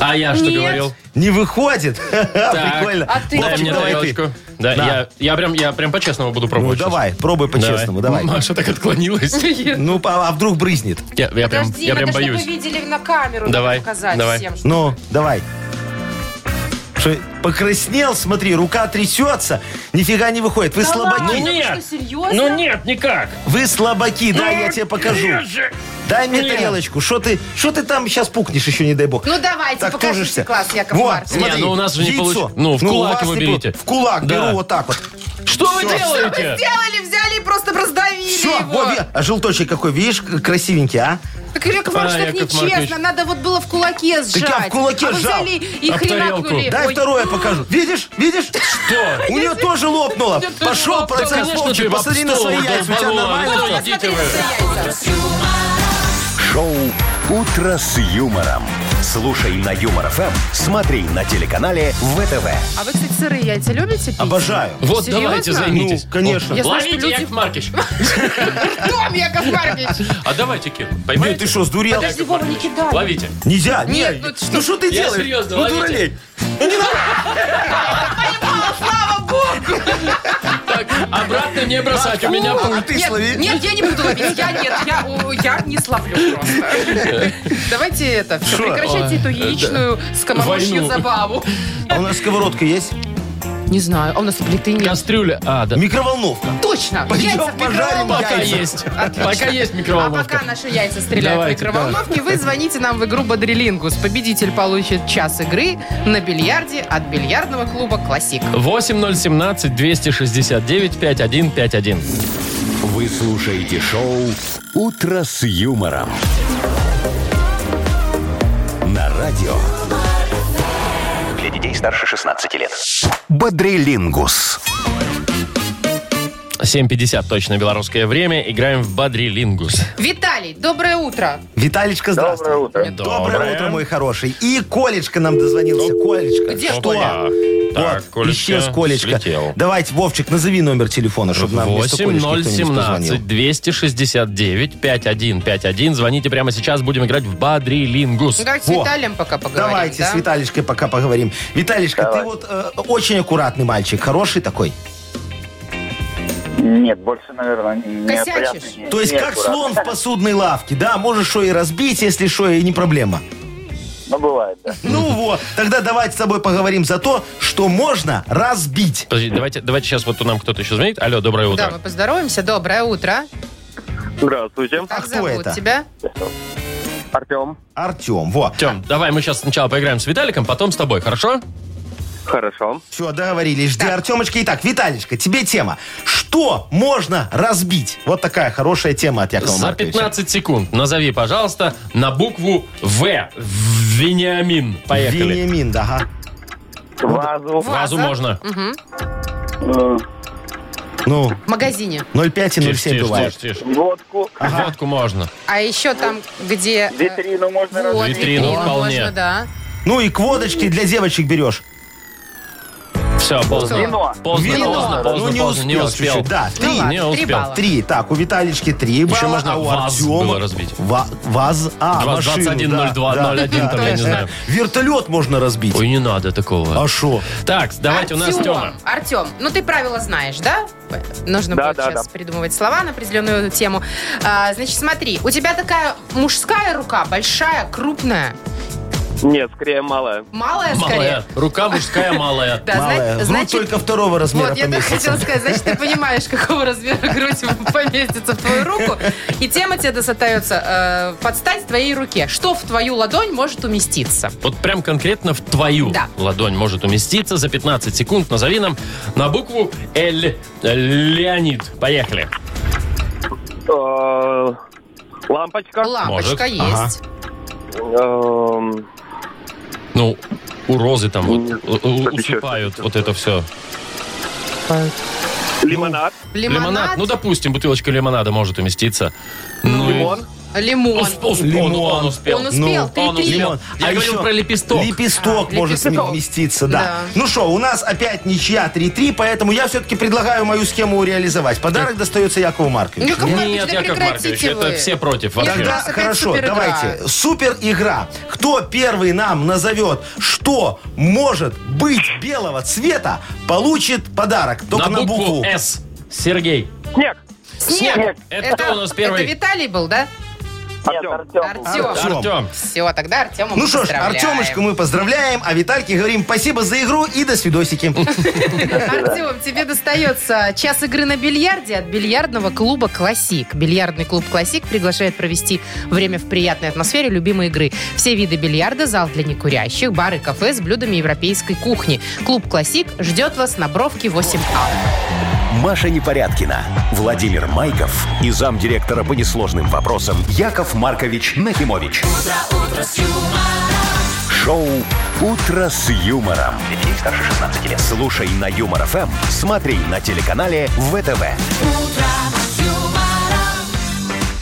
Speaker 1: А я что
Speaker 2: Нет.
Speaker 1: говорил?
Speaker 3: Не выходит.
Speaker 1: Так.
Speaker 3: Прикольно.
Speaker 2: А ты
Speaker 1: Дай
Speaker 3: Вовчик,
Speaker 1: мне
Speaker 3: давай ты.
Speaker 1: тарелочку. Да,
Speaker 3: Да.
Speaker 1: Я, я прям, я прям по-честному буду
Speaker 3: Ну
Speaker 1: пробовать.
Speaker 3: давай, пробуй
Speaker 1: сейчас.
Speaker 3: по-честному, давай.
Speaker 2: Ну,
Speaker 1: Маша так отклонилась.
Speaker 3: Ну, а а вдруг брызнет?
Speaker 1: Я, я прям,
Speaker 2: Подожди,
Speaker 1: я прям
Speaker 2: надо,
Speaker 1: боюсь.
Speaker 2: чтобы видели на камеру. надо
Speaker 1: Давай,
Speaker 2: показать
Speaker 1: давай.
Speaker 2: всем, что-
Speaker 3: Ну, давай. Что, покраснел, смотри, рука трясется, нифига не выходит. Вы
Speaker 2: Да
Speaker 3: слабаки.
Speaker 2: ладно?
Speaker 1: Ну
Speaker 2: Нет.
Speaker 1: нет,
Speaker 2: Что, серьезно?
Speaker 1: ну нет, никак.
Speaker 3: Вы слабаки, да, я тебе покажу. Дай мне тарелочку. Что ты, что ты там сейчас пукнешь еще, не дай бог.
Speaker 2: Ну, давайте,
Speaker 3: так
Speaker 2: покажите
Speaker 3: тужишься.
Speaker 2: класс, Яков
Speaker 3: Вот,
Speaker 2: Маркович.
Speaker 3: смотри,
Speaker 1: Не, ну у нас же не
Speaker 3: яйцо.
Speaker 1: получ- ну, в
Speaker 3: у
Speaker 1: кулак
Speaker 3: вас
Speaker 1: его
Speaker 3: не
Speaker 1: берите.
Speaker 3: пол- В кулак
Speaker 1: Да.
Speaker 3: беру вот так вот.
Speaker 1: Что вы делаете?
Speaker 2: Сделали, взяли и просто раздавили
Speaker 3: Все,
Speaker 2: его.
Speaker 3: а желточек какой, видишь, к- красивенький, а?
Speaker 2: Так, Яков Маркович,
Speaker 1: А,
Speaker 2: так
Speaker 1: Яков
Speaker 2: нечестно.
Speaker 1: Маркович.
Speaker 2: Надо вот было в кулаке сжать.
Speaker 3: я в кулаке
Speaker 2: а вы
Speaker 3: сжал.
Speaker 2: взяли и
Speaker 1: А в
Speaker 2: хренакнули.
Speaker 1: тарелку?
Speaker 3: Дай
Speaker 2: Ой.
Speaker 3: второе покажу. Видишь, видишь?
Speaker 1: Что?
Speaker 3: У нее тоже лопнуло.
Speaker 2: тоже
Speaker 3: Пошел
Speaker 2: лопнуло.
Speaker 1: Да,
Speaker 3: процесс
Speaker 1: конечно, ты
Speaker 3: Вовчик,
Speaker 1: об
Speaker 3: посмотри на
Speaker 1: стол
Speaker 3: свои яйца, у тебя
Speaker 1: долбанула.
Speaker 3: нормально?
Speaker 1: Ну,
Speaker 2: Ой,
Speaker 1: идите
Speaker 2: смотрите,
Speaker 1: вы.
Speaker 2: это яйца.
Speaker 4: Шоу «Утро с юмором». Слушай на Юмор ФМ, смотри на телеканале ВТВ.
Speaker 2: А вы, кстати, сырые яйца любите пить?
Speaker 3: Обожаю.
Speaker 1: Вот
Speaker 2: Серьезно?
Speaker 1: давайте займитесь.
Speaker 3: Ну, конечно.
Speaker 2: Я знаю, что
Speaker 1: Ловите,
Speaker 2: люди-
Speaker 1: Яков Маркич.
Speaker 2: Дом, Яков Маркович.
Speaker 1: А давайте кину.
Speaker 3: Нет,
Speaker 1: Поймаете?
Speaker 3: Ну, ты что, сдурел?
Speaker 2: Подожди, Вова, не кидай.
Speaker 1: Ловите.
Speaker 3: Нельзя,
Speaker 2: Нет,
Speaker 3: нет.
Speaker 2: ну ты
Speaker 3: Ну что ты
Speaker 1: Я
Speaker 3: делаешь?
Speaker 1: серьезно,
Speaker 3: ну,
Speaker 1: ловите.
Speaker 3: дуралей.
Speaker 1: Так, обратно не бросать, у меня
Speaker 3: А
Speaker 1: пульт.
Speaker 3: ты
Speaker 2: нет,
Speaker 3: слови.
Speaker 2: нет, я не буду ловить. Я нет, я, о, я не словлю просто. Давайте это, все,
Speaker 3: Шо?
Speaker 2: прекращайте эту яичную скоморочью
Speaker 1: э, Войну.
Speaker 2: забаву.
Speaker 3: А у нас сковородка есть?
Speaker 2: Не знаю, а у нас плиты нет.
Speaker 1: Кастрюля. А, да. Ну,
Speaker 3: Микроволновка.
Speaker 2: Точно,
Speaker 3: Пойдем
Speaker 2: яйца в
Speaker 3: пожарим
Speaker 2: микроволновке.
Speaker 1: Пока
Speaker 3: яйца.
Speaker 1: есть. Пока есть
Speaker 2: А пока
Speaker 1: микроволновка.
Speaker 2: наши яйца стреляют в
Speaker 1: Давайте,
Speaker 2: микроволновке, вы звоните нам в игру «Бодрилингус». Победитель получит час игры на бильярде от бильярдного клуба «Классик».
Speaker 1: 8017-269-5151.
Speaker 4: Вы слушаете шоу «Утро с юмором». На радио. Для детей старше 16 лет. Бодрилингус.
Speaker 1: 7.50 точно белорусское время. Играем в Бадрилингус.
Speaker 2: Виталий, доброе утро.
Speaker 3: Виталичка, здравствуй.
Speaker 5: Доброе утро.
Speaker 3: Доброе, утро, мой хороший. И Колечка нам дозвонился. Колечка.
Speaker 2: Где
Speaker 3: что?
Speaker 1: Коля? Так,
Speaker 3: вот,
Speaker 1: Колечка
Speaker 3: исчез Колечка.
Speaker 1: слетел.
Speaker 3: Давайте, Вовчик, назови номер телефона, чтобы нам вместо Колечки кто-нибудь позвонил.
Speaker 1: 8017 269 5151. Звоните прямо сейчас, будем играть в Бадрилингус.
Speaker 2: Давайте Ну, с
Speaker 3: Во.
Speaker 2: Виталием пока поговорим.
Speaker 3: Давайте
Speaker 2: да?
Speaker 3: с Виталичкой пока поговорим. Виталичка, ты вот э, очень аккуратный мальчик, хороший такой.
Speaker 6: Нет, больше, наверное, не
Speaker 2: Косячишь?
Speaker 6: опрятный, не-
Speaker 3: То есть
Speaker 6: не
Speaker 3: как
Speaker 6: аккуратный.
Speaker 3: слон в посудной лавке, да? Можешь что и разбить, если что, и не проблема.
Speaker 6: Ну, бывает, да.
Speaker 3: Ну вот, тогда давайте с тобой поговорим за то, что можно разбить.
Speaker 1: Подожди, давайте, давайте сейчас вот нам кто-то еще звонит. Алло, доброе
Speaker 2: Да, мы
Speaker 1: утро.
Speaker 2: поздороваемся. Доброе утро.
Speaker 5: Здравствуйте.
Speaker 3: А
Speaker 2: Как
Speaker 3: кто
Speaker 2: зовут
Speaker 3: это?
Speaker 2: тебя?
Speaker 6: Артем.
Speaker 3: Артем, вот.
Speaker 1: Тем, давай мы сейчас сначала поиграем с Виталиком, потом с тобой, хорошо?
Speaker 6: Хорошо.
Speaker 3: Все, договорились. Жди Артемочка. Итак, Виталичка, тебе тема. Что можно разбить? Вот такая хорошая тема от Якова
Speaker 1: За
Speaker 3: Марковича.
Speaker 1: 15 секунд назови, пожалуйста, на букву В. Вениамин. Поехали.
Speaker 3: Вениамин, да. ага.
Speaker 6: Вазу.
Speaker 1: Вазу
Speaker 2: Ваза.
Speaker 1: можно.
Speaker 2: Мгм.
Speaker 6: э,
Speaker 3: Ну,
Speaker 2: В магазине.
Speaker 3: 0,5 и
Speaker 1: Тише,
Speaker 3: 0,7
Speaker 1: тише,
Speaker 3: бывает.
Speaker 1: тише, тише.
Speaker 6: Водку.
Speaker 1: Водку можно.
Speaker 2: А еще там, где... э,
Speaker 6: Витрину можно
Speaker 2: вот,
Speaker 6: разбить.
Speaker 1: Витрину вполне.
Speaker 2: можно, да.
Speaker 3: Ну и к водочке для девочек берешь.
Speaker 1: Все, поздно.
Speaker 6: Вино.
Speaker 1: Поздно,
Speaker 3: Вино.
Speaker 1: поздно, поздно,
Speaker 3: Ну, не
Speaker 1: поздно, не
Speaker 3: успел
Speaker 1: успел.
Speaker 3: чуть-чуть, да.
Speaker 2: Ну
Speaker 3: Три,
Speaker 2: ладно,
Speaker 1: не
Speaker 2: три
Speaker 1: успел.
Speaker 2: балла.
Speaker 3: три. Так, у Виталички три балла,
Speaker 1: можно
Speaker 3: а у
Speaker 1: ваз
Speaker 3: Артема-
Speaker 1: было разбить.
Speaker 3: Ва- ваз, а,
Speaker 1: Два-
Speaker 3: машину,
Speaker 1: 21.02,
Speaker 3: да,
Speaker 1: 01,
Speaker 3: да,
Speaker 1: там, я не
Speaker 3: да.
Speaker 1: знаю.
Speaker 3: Вертолет можно разбить.
Speaker 1: Ой, не надо такого.
Speaker 3: А что?
Speaker 1: Так, давайте у нас
Speaker 2: Артём,
Speaker 1: Тема.
Speaker 2: Артём, ну ты правила знаешь, да? Нужно
Speaker 6: Да,
Speaker 2: будет
Speaker 6: да,
Speaker 2: сейчас
Speaker 6: да.
Speaker 2: придумывать слова на определенную тему. А, значит, смотри, у тебя такая мужская рука, большая, крупная,
Speaker 5: Нет, скорее малая.
Speaker 2: малая, скорее.
Speaker 1: Малая. Рука мужская малая. Ну,
Speaker 2: Да,
Speaker 3: Малая.
Speaker 2: зна-
Speaker 3: Грудь
Speaker 2: значит,
Speaker 3: только второго размера
Speaker 2: А, вот, я так
Speaker 3: поместится.
Speaker 2: хотела сказать, значит, ты понимаешь, какого размера грудь поместится в твою руку, и тема тебе достается э, под стать твоей руке. Что в твою ладонь может уместиться?
Speaker 1: Вот прям конкретно в твою
Speaker 2: Да.
Speaker 1: ладонь может уместиться за 15 секунд. Назови нам на букву Л. Леонид. Поехали.
Speaker 5: Э, Лампочка.
Speaker 2: Лампочка
Speaker 1: Может.
Speaker 2: есть.
Speaker 3: Ага.
Speaker 5: Эм,
Speaker 1: Ну, у розы там вот,
Speaker 5: Нет,
Speaker 1: у- у-
Speaker 5: отвечаю.
Speaker 1: усыпают вот это все.
Speaker 5: Лимонад.
Speaker 2: Лимонад,
Speaker 1: Ну, допустим, бутылочка лимонада может уместиться. Ну, и-
Speaker 5: Лимон.
Speaker 2: лимон.
Speaker 1: Усп- усп-
Speaker 3: Лимон.
Speaker 1: Он, он успел.
Speaker 2: Он успел,
Speaker 3: Ну,
Speaker 2: ты
Speaker 1: он
Speaker 2: три.
Speaker 1: успел.
Speaker 3: Лимон.
Speaker 1: Я говорил
Speaker 3: еще
Speaker 1: про лепесток.
Speaker 3: Лепесток
Speaker 2: А,
Speaker 3: может
Speaker 2: лепесток.
Speaker 3: вместиться, да.
Speaker 2: Да.
Speaker 3: Ну что, у нас опять ничья 3-3, поэтому я все-таки предлагаю мою схему реализовать. Подарок достается Якову Марковичу.
Speaker 2: Яков Ну, Маркович,
Speaker 1: Нет,
Speaker 2: да
Speaker 1: Яков Маркович,
Speaker 2: прекратите
Speaker 1: это
Speaker 2: вы.
Speaker 1: все против
Speaker 2: Нет,
Speaker 1: вообще.
Speaker 2: у
Speaker 3: Тогда
Speaker 2: нас опять
Speaker 3: хорошо,
Speaker 2: суперигра.
Speaker 3: давайте. Супер игра. Кто первый нам назовет, что может быть белого цвета, получит подарок. Только на, букву.
Speaker 1: С. Сергей.
Speaker 5: Снег.
Speaker 2: Снег.
Speaker 6: Снег.
Speaker 1: Это кто у нас первый?
Speaker 2: Это Виталий был, да?
Speaker 6: Нет,
Speaker 5: Артём.
Speaker 6: Артём.
Speaker 2: Артем.
Speaker 3: Артём.
Speaker 1: Артем.
Speaker 2: Все, тогда Артема
Speaker 3: Ну что ж, Артемочку мы поздравляем, а Витальке говорим спасибо за игру и до свидосики.
Speaker 2: Артем, тебе достается час игры на бильярде от бильярдного клуба «Классик». Бильярдный клуб «Классик» приглашает провести время в приятной атмосфере любимой игры. Все виды бильярда, зал для некурящих, бары, кафе с блюдами европейской кухни. Клуб «Классик» ждет вас на Бровке 8А.
Speaker 4: Маша Непорядкина, Владимир Майков и замдиректора по несложным вопросам Яков Маркович Нахимович. Шоу Утро с юмором. Детей старше 16 лет. Слушай на юмор ФМ, смотри на телеканале ВТВ.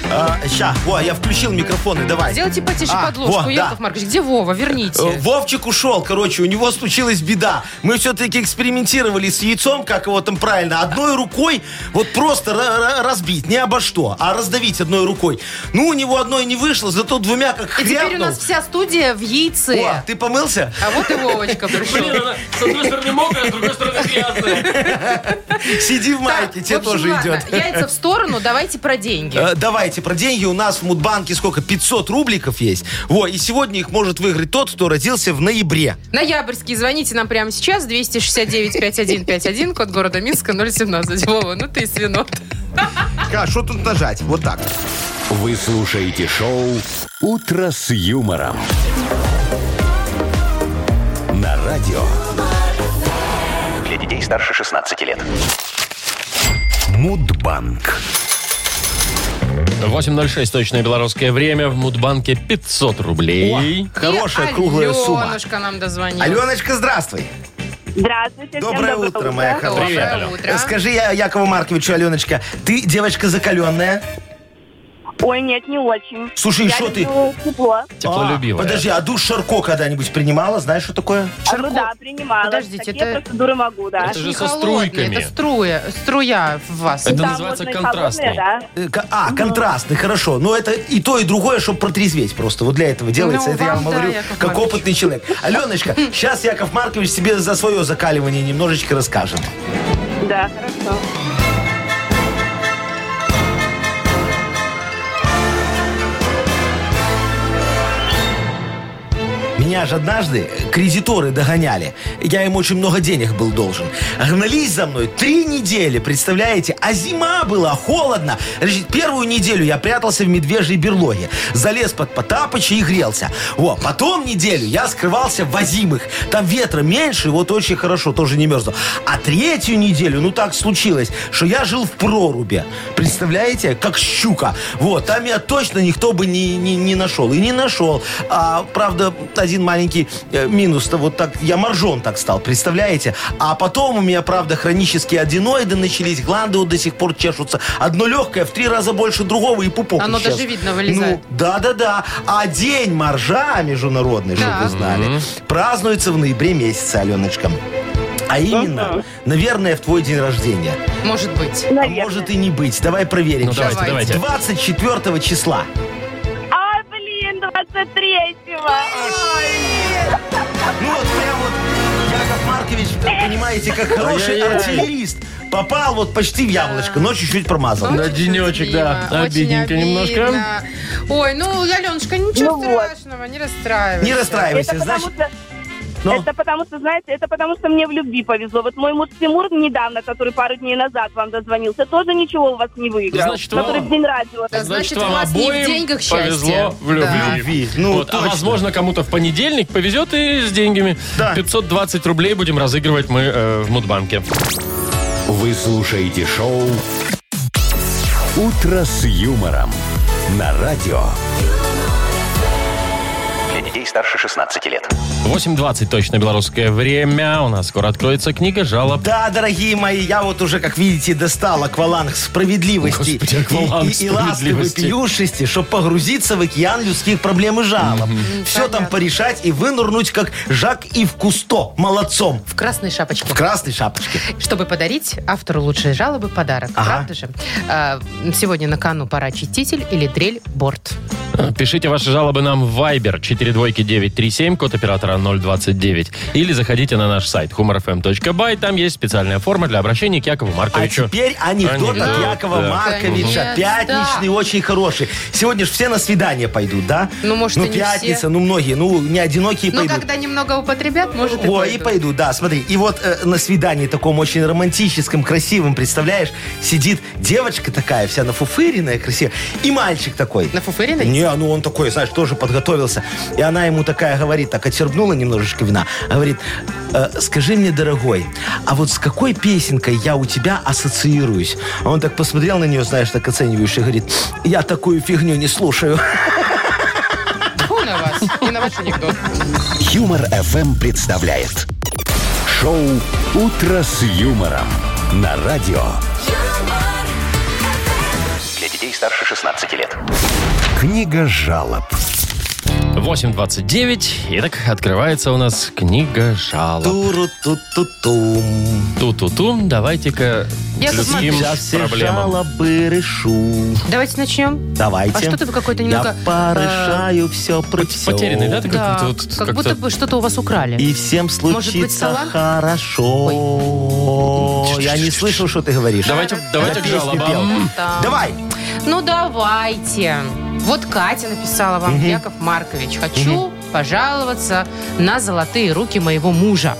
Speaker 3: А, Ща, во, я включил микрофон и давай.
Speaker 2: Сделайте потише
Speaker 3: А,
Speaker 2: подложку,
Speaker 3: во, да.
Speaker 2: Яков Маркович. Где Вова?
Speaker 3: Э,
Speaker 2: Верните.
Speaker 3: Вовчик ушел, короче, у него случилась беда. Мы все-таки экспериментировали с яйцом, как его там правильно, одной рукой вот просто ра- ра- разбить, не обо что, а раздавить одной рукой. Ну, у него одной не вышло, зато двумя как
Speaker 2: И теперь у
Speaker 3: хряпнул.
Speaker 2: нас вся студия в яйце.
Speaker 3: О, ты помылся?
Speaker 2: А вот и Вовочка пришел.
Speaker 1: она с одной стороны мокрая, с другой стороны грязная.
Speaker 3: Сиди в
Speaker 2: Так,
Speaker 3: майке, тебе
Speaker 2: в общем,
Speaker 3: тоже
Speaker 2: ладно,
Speaker 3: идет.
Speaker 2: Яйца в сторону, давайте про деньги.
Speaker 3: Э, Давайте про деньги. У нас в Мудбанке сколько? 500 рубликов есть. Во, и сегодня их может выиграть тот, кто родился в ноябре.
Speaker 2: Ноябрьский, звоните нам прямо сейчас, 269-5151, код города Минска, 017. Вова, ну ты и свинот.
Speaker 3: А что тут нажать? Вот так.
Speaker 4: Вы слушаете шоу Утро с юмором. На радио. Для детей старше 16 лет. Мудбанк.
Speaker 1: 8.06, точное белорусское время. В Мудбанке 500 рублей.
Speaker 3: Хорошая круглая сумма.
Speaker 2: Аленушка нам дозвонила.
Speaker 3: Аленочка, здравствуй.
Speaker 7: Здравствуйте, всем
Speaker 3: Доброе утро, моя хорошая. Э,
Speaker 1: Привет,
Speaker 2: Доброе
Speaker 1: Ален.
Speaker 2: утро.
Speaker 3: Скажи я Якову Марковичу, Аленочка, ты девочка закаленная?
Speaker 7: Ой, нет, не очень.
Speaker 3: Слушай,
Speaker 7: Я
Speaker 3: что ты?
Speaker 7: люблю тепло.
Speaker 1: Теплолюбивая.
Speaker 3: А, подожди, а душ Шарко когда-нибудь принимала? Знаешь, что такое?
Speaker 7: А, ну да, принимала.
Speaker 2: Подождите,
Speaker 7: Такие
Speaker 2: это-
Speaker 7: процедуры могу, да.
Speaker 1: Это же
Speaker 2: Не
Speaker 1: со
Speaker 2: холодные,
Speaker 1: струйками.
Speaker 2: Это струя, струя в вас.
Speaker 1: Это
Speaker 7: Да,
Speaker 1: называется
Speaker 7: можно и
Speaker 1: контрастный.
Speaker 7: холодное, да.
Speaker 3: Э, ка-
Speaker 2: Ну.
Speaker 3: А, контрастный, хорошо. Но это и то, и другое, чтобы протрезветь просто. Вот для этого делается.
Speaker 2: Ну,
Speaker 3: это я
Speaker 2: вам
Speaker 3: вам
Speaker 2: да,
Speaker 3: говорю,
Speaker 2: Яков
Speaker 3: как
Speaker 2: Маркович.
Speaker 3: опытный человек. Аленочка, сейчас Яков Маркович тебе за свое закаливание немножечко расскажет.
Speaker 7: Да, хорошо.
Speaker 3: Меня же однажды кредиторы догоняли. Я им очень много денег был должен. Гнались за мной три недели, представляете? А зима была, холодно. Значит, первую неделю я прятался в медвежьей берлоге. Залез под Потапыча и грелся. Во, потом неделю я скрывался в Азимых. Там ветра меньше, вот очень хорошо, тоже не мерзло. А третью неделю, ну так случилось, что я жил в проруби. Представляете? Как щука. Вот, там меня точно никто бы не, не, не нашел. И не нашел. А, правда, один маленький э, минус-то вот так, я моржом так стал, представляете? А потом у меня, правда, хронические аденоиды начались, гланды вот до сих пор чешутся. Одно легкое в три раза больше другого и пупок
Speaker 2: Оно
Speaker 3: исчез.
Speaker 2: даже видно вылезает.
Speaker 3: Ну, да-да-да. А день моржа международный, чтобы
Speaker 2: Да.
Speaker 3: вы знали, празднуется в ноябре месяце, Аленочка. А именно, наверное, в твой день рождения.
Speaker 2: Может быть.
Speaker 3: А
Speaker 7: Наверное.
Speaker 3: может и не быть. Давай проверим.
Speaker 1: Ну, давайте,
Speaker 3: Сейчас.
Speaker 1: давайте.
Speaker 3: 24 числа.
Speaker 7: А, блин, 23-го.
Speaker 3: Ну вот прям вот Яков Маркович, понимаете, как хороший
Speaker 1: Ай-яй-яй.
Speaker 3: артиллерист. Попал вот почти в яблочко, но чуть-чуть промазал.
Speaker 1: На денечек, да.
Speaker 2: Обидно, очень
Speaker 1: Обиденько немножко.
Speaker 2: обидно. Ой, ну, Аленушка, ничего
Speaker 7: Ну вот.
Speaker 2: страшного, не расстраивайся.
Speaker 3: Не расстраивайся,
Speaker 7: Это
Speaker 3: значит...
Speaker 7: потому что...
Speaker 3: Ну?
Speaker 7: Это потому что, знаете, это потому что мне в любви повезло. Вот мой муж Тимур недавно, который пару дней назад вам дозвонился, тоже ничего у вас не выиграл.
Speaker 1: Значит, вам-
Speaker 7: который в день радио.
Speaker 2: Да,
Speaker 1: Значит,
Speaker 2: Значит, у
Speaker 1: вам
Speaker 2: вас не в
Speaker 1: обоим
Speaker 2: деньгах
Speaker 1: повезло
Speaker 2: счастье.
Speaker 1: в любви.
Speaker 2: Да.
Speaker 3: Любви. Ну,
Speaker 1: Вот, а
Speaker 3: точно.
Speaker 1: возможно, кому-то в понедельник повезет и с деньгами.
Speaker 3: Да.
Speaker 1: 520 рублей будем разыгрывать мы э, в Мудбанке.
Speaker 4: Вы слушаете шоу «Утро с юмором» на радио.
Speaker 8: Для детей старше 16 лет.
Speaker 1: 8.20 точно белорусское время. У нас скоро откроется книга жалоб.
Speaker 3: Да, дорогие мои, я вот уже, как видите, достал акваланг справедливости
Speaker 1: Господи, акваланг
Speaker 3: и, и, и ласты
Speaker 1: справедливости.
Speaker 3: вопиюшести, чтобы погрузиться в океан людских проблем и жалоб. Все там порешать и вынырнуть, как Жак и в Кусто, молодцом.
Speaker 2: В красной шапочке.
Speaker 3: В красной шапочке.
Speaker 2: Чтобы подарить автору лучшей жалобы подарок.
Speaker 3: Ага.
Speaker 2: Правда же? А, сегодня на кону пара очиститель или дрель борт.
Speaker 1: Пишите ваши жалобы нам в Viber 42937, код оператора 029. Или заходите на наш сайт humorfm.by. Там есть специальная форма для обращения к Якову
Speaker 3: А
Speaker 1: Марковичу.
Speaker 3: теперь анекдот
Speaker 1: Анекдот,
Speaker 3: от Якова
Speaker 1: да.
Speaker 3: Марковича.
Speaker 2: Конец,
Speaker 3: Пятничный,
Speaker 2: да.
Speaker 3: очень хороший. Сегодня же все на свидание пойдут, да?
Speaker 2: Ну, может,
Speaker 3: Ну,
Speaker 2: и не все.
Speaker 3: пятница, ну, многие, ну, не одинокие
Speaker 2: Но
Speaker 3: пойдут.
Speaker 2: когда немного употребят, может и
Speaker 3: О, и
Speaker 2: пойдут.
Speaker 3: пойду, да, смотри. И вот э, на свидании таком очень романтическом, красивом, представляешь, сидит девочка такая, вся нафуфыренная, красивая, и мальчик такой.
Speaker 2: Нафуфыренный?
Speaker 3: Не, ну он такой, знаешь, тоже подготовился. И она ему такая говорит, так отчерпнула немножечко вина, говорит, «Э, скажи мне, дорогой, а вот с какой песенкой я у тебя ассоциируюсь? А он так посмотрел на нее, знаешь, так оценивающе, говорит, я такую фигню не слушаю.
Speaker 2: Фу на вас и на ваш анекдот.
Speaker 4: Юмор FM представляет шоу Утро с юмором на радио.
Speaker 8: Для детей старше 16 лет.
Speaker 4: Книга жалоб.
Speaker 1: 8.29. Итак, открывается у нас книга жалоб.
Speaker 3: Туру-ту-ту-тум.
Speaker 1: Ту-ту-ту. Давайте-ка
Speaker 2: Я тут
Speaker 1: людским
Speaker 2: смотрю.
Speaker 3: Сейчас все
Speaker 1: проблемам.
Speaker 3: жалобы решу.
Speaker 2: Давайте начнем.
Speaker 3: Давайте.
Speaker 2: А что ты какой-то немного,
Speaker 3: Я порешаю все про все.
Speaker 1: Потерянный, да? ты
Speaker 2: Да,
Speaker 1: как-то вот
Speaker 2: как
Speaker 1: как-то-
Speaker 2: будто бы что-то у вас украли.
Speaker 3: И всем
Speaker 2: Может быть,
Speaker 3: случится
Speaker 2: салат?
Speaker 3: хорошо. Я не слышал, что ты говоришь.
Speaker 1: Давайте, давайте к
Speaker 3: Я песню
Speaker 1: жалобам.
Speaker 3: пел.
Speaker 2: Там.
Speaker 3: Давай.
Speaker 2: Ну давайте. Вот Катя написала вам, Яков Маркович, хочу пожаловаться на золотые руки моего мужа.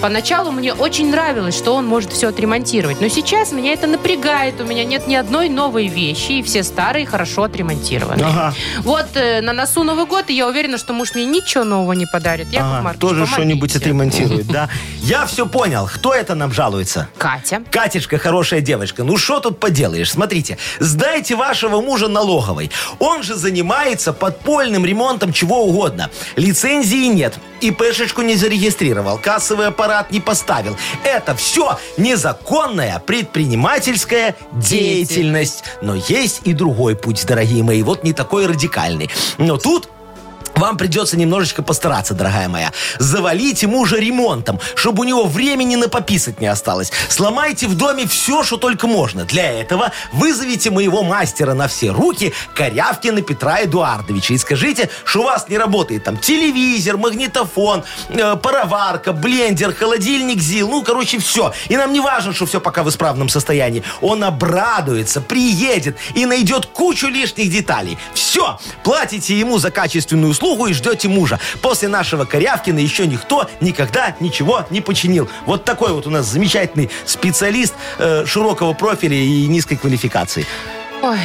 Speaker 2: Поначалу мне очень нравилось, что он может все отремонтировать, но сейчас меня это напрягает. У меня нет ни одной новой вещи, и все старые хорошо отремонтированы.
Speaker 3: Ага.
Speaker 2: Вот э, на носу Новый год, и я уверена, что муж мне ничего нового не подарит. Яков
Speaker 3: Ага,
Speaker 2: Маркович,
Speaker 3: Тоже что-нибудь
Speaker 2: помогите.
Speaker 3: отремонтирует, да? Я все понял. Кто это нам жалуется?
Speaker 2: Катя.
Speaker 3: Катечка, хорошая девочка, ну что тут поделаешь? Смотрите, сдайте вашего мужа налоговой. Он же занимается подпольным ремонтом чего угодно. Лицензии нет. И пешечку не зарегистрировал, кассовый аппарат не поставил. Это все незаконная предпринимательская деятельность. Но есть и другой путь, дорогие мои, вот не такой радикальный. Но тут вам придется немножечко постараться, дорогая моя. Завалите мужа ремонтом, чтобы у него времени на пописать не осталось. Сломайте в доме все, что только можно. Для этого вызовите моего мастера на все руки Корявкина Петра Эдуардовича и скажите, что у вас не работает там телевизор, магнитофон, э, пароварка, блендер, холодильник ЗИЛ, ну, короче, все. И нам не важно, что все пока в исправном состоянии. Он обрадуется, приедет и найдет кучу лишних деталей. Все, платите ему за качественную услугу, прислугу и ждете мужа. После нашего Корявкина еще никто никогда ничего не починил. Вот такой вот у нас замечательный специалист э, широкого профиля и низкой квалификации.
Speaker 2: Ой,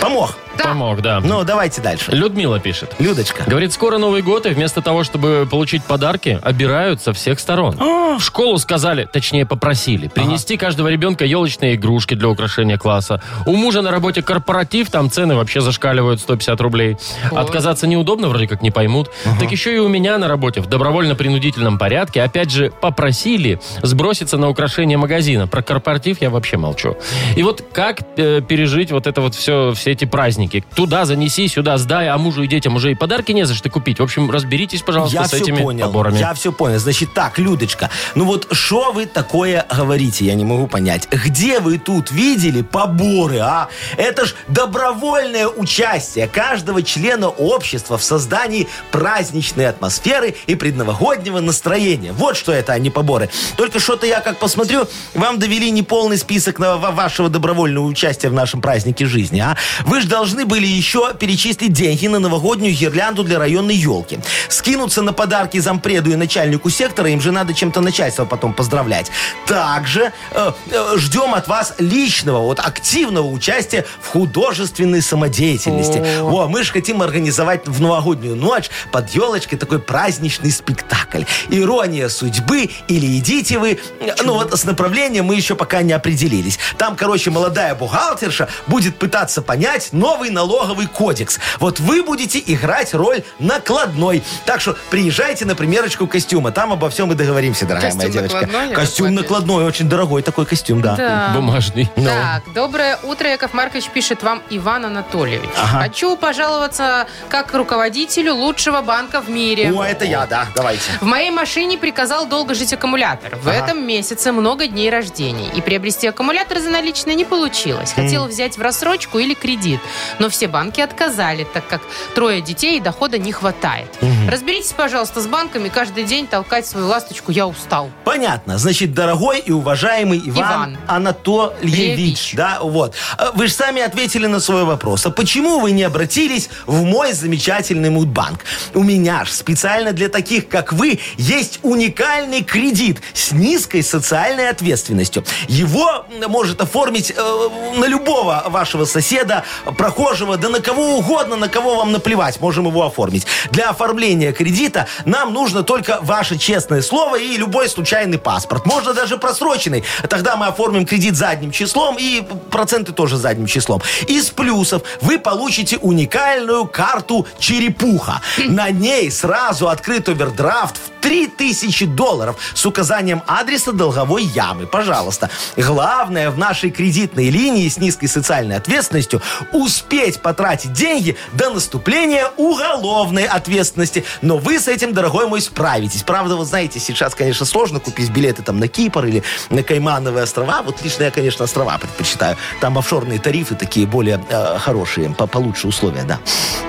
Speaker 3: Помог.
Speaker 1: Помог, да.
Speaker 3: Ну, давайте дальше.
Speaker 1: Людмила пишет.
Speaker 3: Людочка.
Speaker 1: Говорит, скоро Новый год, и вместо того, чтобы получить подарки, обирают со всех сторон. В школу сказали, точнее попросили, принести каждого ребенка елочные игрушки для украшения класса. У мужа на работе корпоратив, там цены вообще зашкаливают 150 рублей. Отказаться неудобно, вроде как не поймут. Так еще и у меня на работе в добровольно-принудительном порядке, опять же, попросили сброситься на украшение магазина. Про корпоратив я вообще молчу. И вот как э, пережить вот это вот все, все эти праздники? Туда занеси, сюда сдай, а мужу и детям уже и подарки не за что купить. В общем, разберитесь, пожалуйста,
Speaker 3: Я
Speaker 1: с
Speaker 3: все
Speaker 1: этими
Speaker 3: понял.
Speaker 1: поборами.
Speaker 3: Я все понял. Значит, так, Людочка, ну вот что вы такое говорите, я не могу понять. Где вы тут видели поборы, а? Это ж добровольное участие каждого члена общества в создании праздничной атмосферы и предновогоднего настроения. Вот что это, а не поборы. Только что-то я как посмотрю, вам довели неполный список на ва- вашего добровольного участия в нашем празднике жизни, а? Вы же должны были еще перечислить деньги на новогоднюю гирлянду для районной елки. Скинуться на подарки зампреду и начальнику сектора, им же надо чем-то начальство потом поздравлять. Также э, э, ждем от вас личного, вот активного участия в художественной самодеятельности. Во, мы же хотим организовать в новогоднюю ночь под елочкой такой праздничный спектакль. Ирония судьбы или идите вы. э, Ну вот с направлением мы еще пока не определились. Там, короче, молодая бухгалтерша будет пытаться понять новый налоговый кодекс. Вот вы будете играть роль накладной. Так что приезжайте на примерочку костюма. Там обо всем и договоримся, дорогая
Speaker 2: Костюм
Speaker 3: моя девочка.
Speaker 2: накладной, Яков
Speaker 3: костюм
Speaker 2: Маркович?
Speaker 3: накладной, очень дорогой такой костюм, да.
Speaker 2: да.
Speaker 1: Бумажный.
Speaker 3: Ну.
Speaker 2: Так, доброе утро, Яков Маркович пишет вам Иван Анатольевич. Хочу пожаловаться как руководителю лучшего банка в мире.
Speaker 3: О, это я, да, давайте.
Speaker 2: В моей машине приказал долго жить аккумулятор. В этом месяце много дней рождений. И приобрести аккумулятор за наличные не получилось. Хотела взять в рассрочку или кредит. Но все банки отказали, так как трое детей и дохода не хватает. Разберитесь, пожалуйста, с банками. Каждый день толкать свою ласточку я устал.
Speaker 3: Понятно. Значит, дорогой и уважаемый Иван,
Speaker 2: Иван.
Speaker 3: Анатольевич.
Speaker 2: Левич.
Speaker 3: Да, вот. А Вы же сами ответили на свой вопрос. А почему вы не обратились в мой замечательный мудбанк? У меня ж специально для таких, как вы, есть уникальный кредит с низкой социальной ответственностью. Его м, может оформить э, на любого вашего соседа, прохожего, да на кого угодно, на кого вам наплевать, можем его оформить. Для оформления кредита нам нужно только ваше честное слово и любой случайный паспорт. Можно даже просроченный. Тогда мы оформим кредит задним числом и проценты тоже задним числом. Из плюсов вы получите уникальную карту черепуха. На ней сразу открыт овердрафт в 3000 долларов с указанием адреса долговой ямы. Пожалуйста. Главное в нашей кредитной линии с низкой социальной ответственностью успеть потратить деньги до наступления уголовной ответственности. Но вы с этим, дорогой мой, справитесь. Правда, вы знаете, сейчас, конечно, сложно купить билеты там на Кипр или на Каймановые острова. Вот лично я, конечно, острова предпочитаю. Там офшорные тарифы такие более э, хорошие, по- получше условия, да.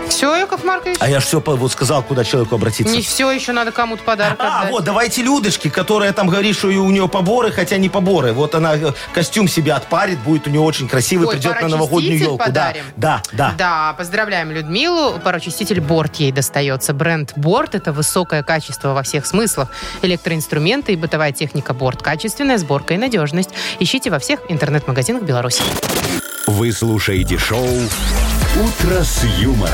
Speaker 2: Все, Яков Маркович?
Speaker 3: А я же все вот сказал, куда человеку обратиться.
Speaker 2: Не все, еще надо кому-то подарок
Speaker 3: А,
Speaker 2: отдать.
Speaker 3: вот, давайте Людочке, которая там говорит, что и у нее поборы, хотя не поборы. Вот она э, костюм себе отпарит, будет у нее очень красивый,
Speaker 2: Ой,
Speaker 3: придет на
Speaker 2: парочиститель
Speaker 3: новогоднюю елку. Да,
Speaker 2: подарим.
Speaker 3: да, да.
Speaker 2: Да, поздравляем Людмилу. Парочиститель Борт ей достается. Бренд Борт – это высокое качество во всех смыслах. Электроинструменты и бытовая техника Борт. Качественная сборка и надежность. Ищите во всех интернет-магазинах Беларуси.
Speaker 4: Вы слушаете шоу «Утро с юмором»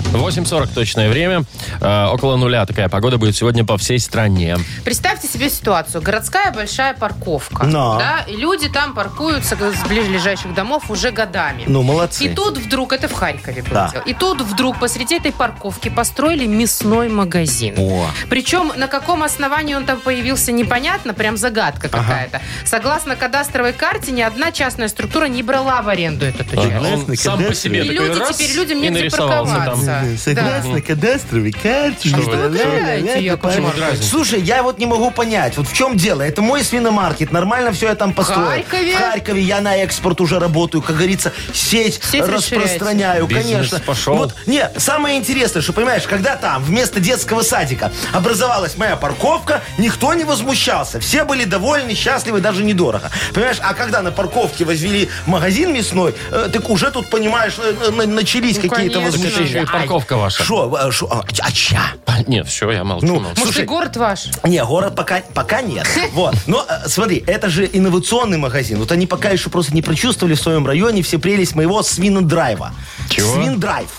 Speaker 3: Ну.
Speaker 1: 8.40 точное время. Э, около нуля такая погода будет сегодня по всей стране.
Speaker 2: Представьте себе ситуацию. Городская большая парковка.
Speaker 3: Но.
Speaker 2: Да, и люди там паркуются с ближайших домов уже годами.
Speaker 3: Ну, молодцы.
Speaker 2: И тут вдруг, это в Харькове было
Speaker 3: Да.
Speaker 2: дело, и тут вдруг посреди этой парковки построили мясной магазин.
Speaker 3: О.
Speaker 2: Причем на каком основании он там появился, непонятно, прям загадка какая-то. Согласно кадастровой карте, ни одна частная структура не брала в аренду этот участок.
Speaker 1: Э, Он
Speaker 3: Ясно,
Speaker 1: сам по
Speaker 3: конечно.
Speaker 1: себе
Speaker 2: И
Speaker 1: такой
Speaker 2: люди
Speaker 1: раз
Speaker 2: теперь людям
Speaker 1: и
Speaker 2: негде
Speaker 1: нарисовался
Speaker 2: парковаться.
Speaker 1: там.
Speaker 2: Да, да.
Speaker 9: Согласно кадастровой карте.
Speaker 2: А что вы выбираете, Яков Маркович?
Speaker 3: Слушай, я вот не могу понять, вот в чем дело. Это мой свиномаркет, нормально все я там построил.
Speaker 2: Харькове?
Speaker 3: В Харькове я на экспорт уже работаю, как говорится, сеть,
Speaker 2: Сеть
Speaker 3: распространяю,
Speaker 1: расширяете.
Speaker 3: конечно.
Speaker 1: Бизнес пошел.
Speaker 3: Вот, не, самое интересное, что, понимаешь, когда там вместо детского садика образовалась моя парковка, никто не возмущался. Все были довольны, счастливы, даже недорого. Понимаешь, а когда на парковке возвели магазин мясной, э, так уже тут, понимаешь, э, на- начались
Speaker 2: Ну,
Speaker 3: какие-то
Speaker 1: Так
Speaker 2: конечно.
Speaker 1: это еще и
Speaker 3: возмущения.
Speaker 1: парковка ваша.
Speaker 3: Шо, э, шо, а, а чья?
Speaker 1: Нет, все, я молчу.
Speaker 3: Ну,
Speaker 1: молчу.
Speaker 2: Может,
Speaker 3: слушай,
Speaker 2: и город ваш?
Speaker 3: не, город пока, пока нет. Вот. Но э, смотри, это же инновационный магазин. Вот они пока еще просто не прочувствовали в своем районе все прелесть моего свинодрайва.
Speaker 1: Чего?
Speaker 3: Свиндрайв.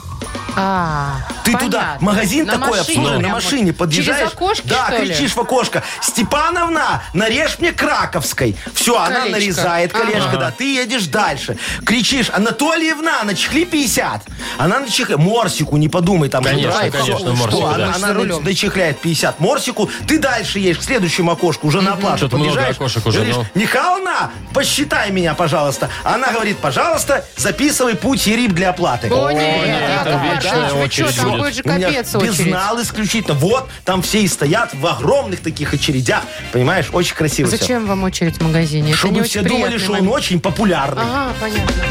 Speaker 2: А,
Speaker 3: Ты
Speaker 2: понятно.
Speaker 3: туда, магазин
Speaker 2: На
Speaker 3: такой
Speaker 2: машине
Speaker 3: обслуживаешь, на
Speaker 2: прям
Speaker 3: машине
Speaker 2: вот.
Speaker 3: подъезжаешь.
Speaker 2: Через окошки,
Speaker 3: да,
Speaker 2: что ли?
Speaker 3: кричишь в окошко. Степановна, нарежь мне краковской. Все, она
Speaker 2: Колечко.
Speaker 3: нарезает колечко,
Speaker 2: Ага.
Speaker 3: да. Ты едешь дальше. Кричишь, Анатольевна, начехли 50. Она начихляет. Морсику, не подумай, там
Speaker 1: Конечно,
Speaker 3: же драйв.
Speaker 1: конечно,
Speaker 3: Что,
Speaker 1: морсику,
Speaker 3: она-
Speaker 1: да.
Speaker 3: Она,
Speaker 2: За рулем.
Speaker 3: начихляет 50 морсику. Ты дальше едешь к следующему окошку, уже на плату
Speaker 1: Что-то много
Speaker 3: подъезжаешь,
Speaker 1: окошек уже,
Speaker 3: говоришь,
Speaker 1: ну.
Speaker 3: Михална, посчитай меня, пожалуйста. Она говорит, пожалуйста, записывай путь и рип для оплаты.
Speaker 2: О, нет,
Speaker 1: нет,
Speaker 2: Яков
Speaker 1: это
Speaker 2: Маркович,
Speaker 1: вечная
Speaker 2: вы
Speaker 1: очередь
Speaker 2: что, там
Speaker 1: будет.
Speaker 2: будет же
Speaker 3: У меня
Speaker 2: капец очередь.
Speaker 3: Безнал исключительно. Вот, там все и стоят в огромных таких очередях. Понимаешь, очень красиво всё.
Speaker 2: Зачем вам очередь в магазине? это
Speaker 3: Чтобы
Speaker 2: не
Speaker 3: все
Speaker 2: очень
Speaker 3: думали,
Speaker 2: приятный
Speaker 3: что он
Speaker 2: момент.
Speaker 3: очень популярный.
Speaker 2: Ага, понятно.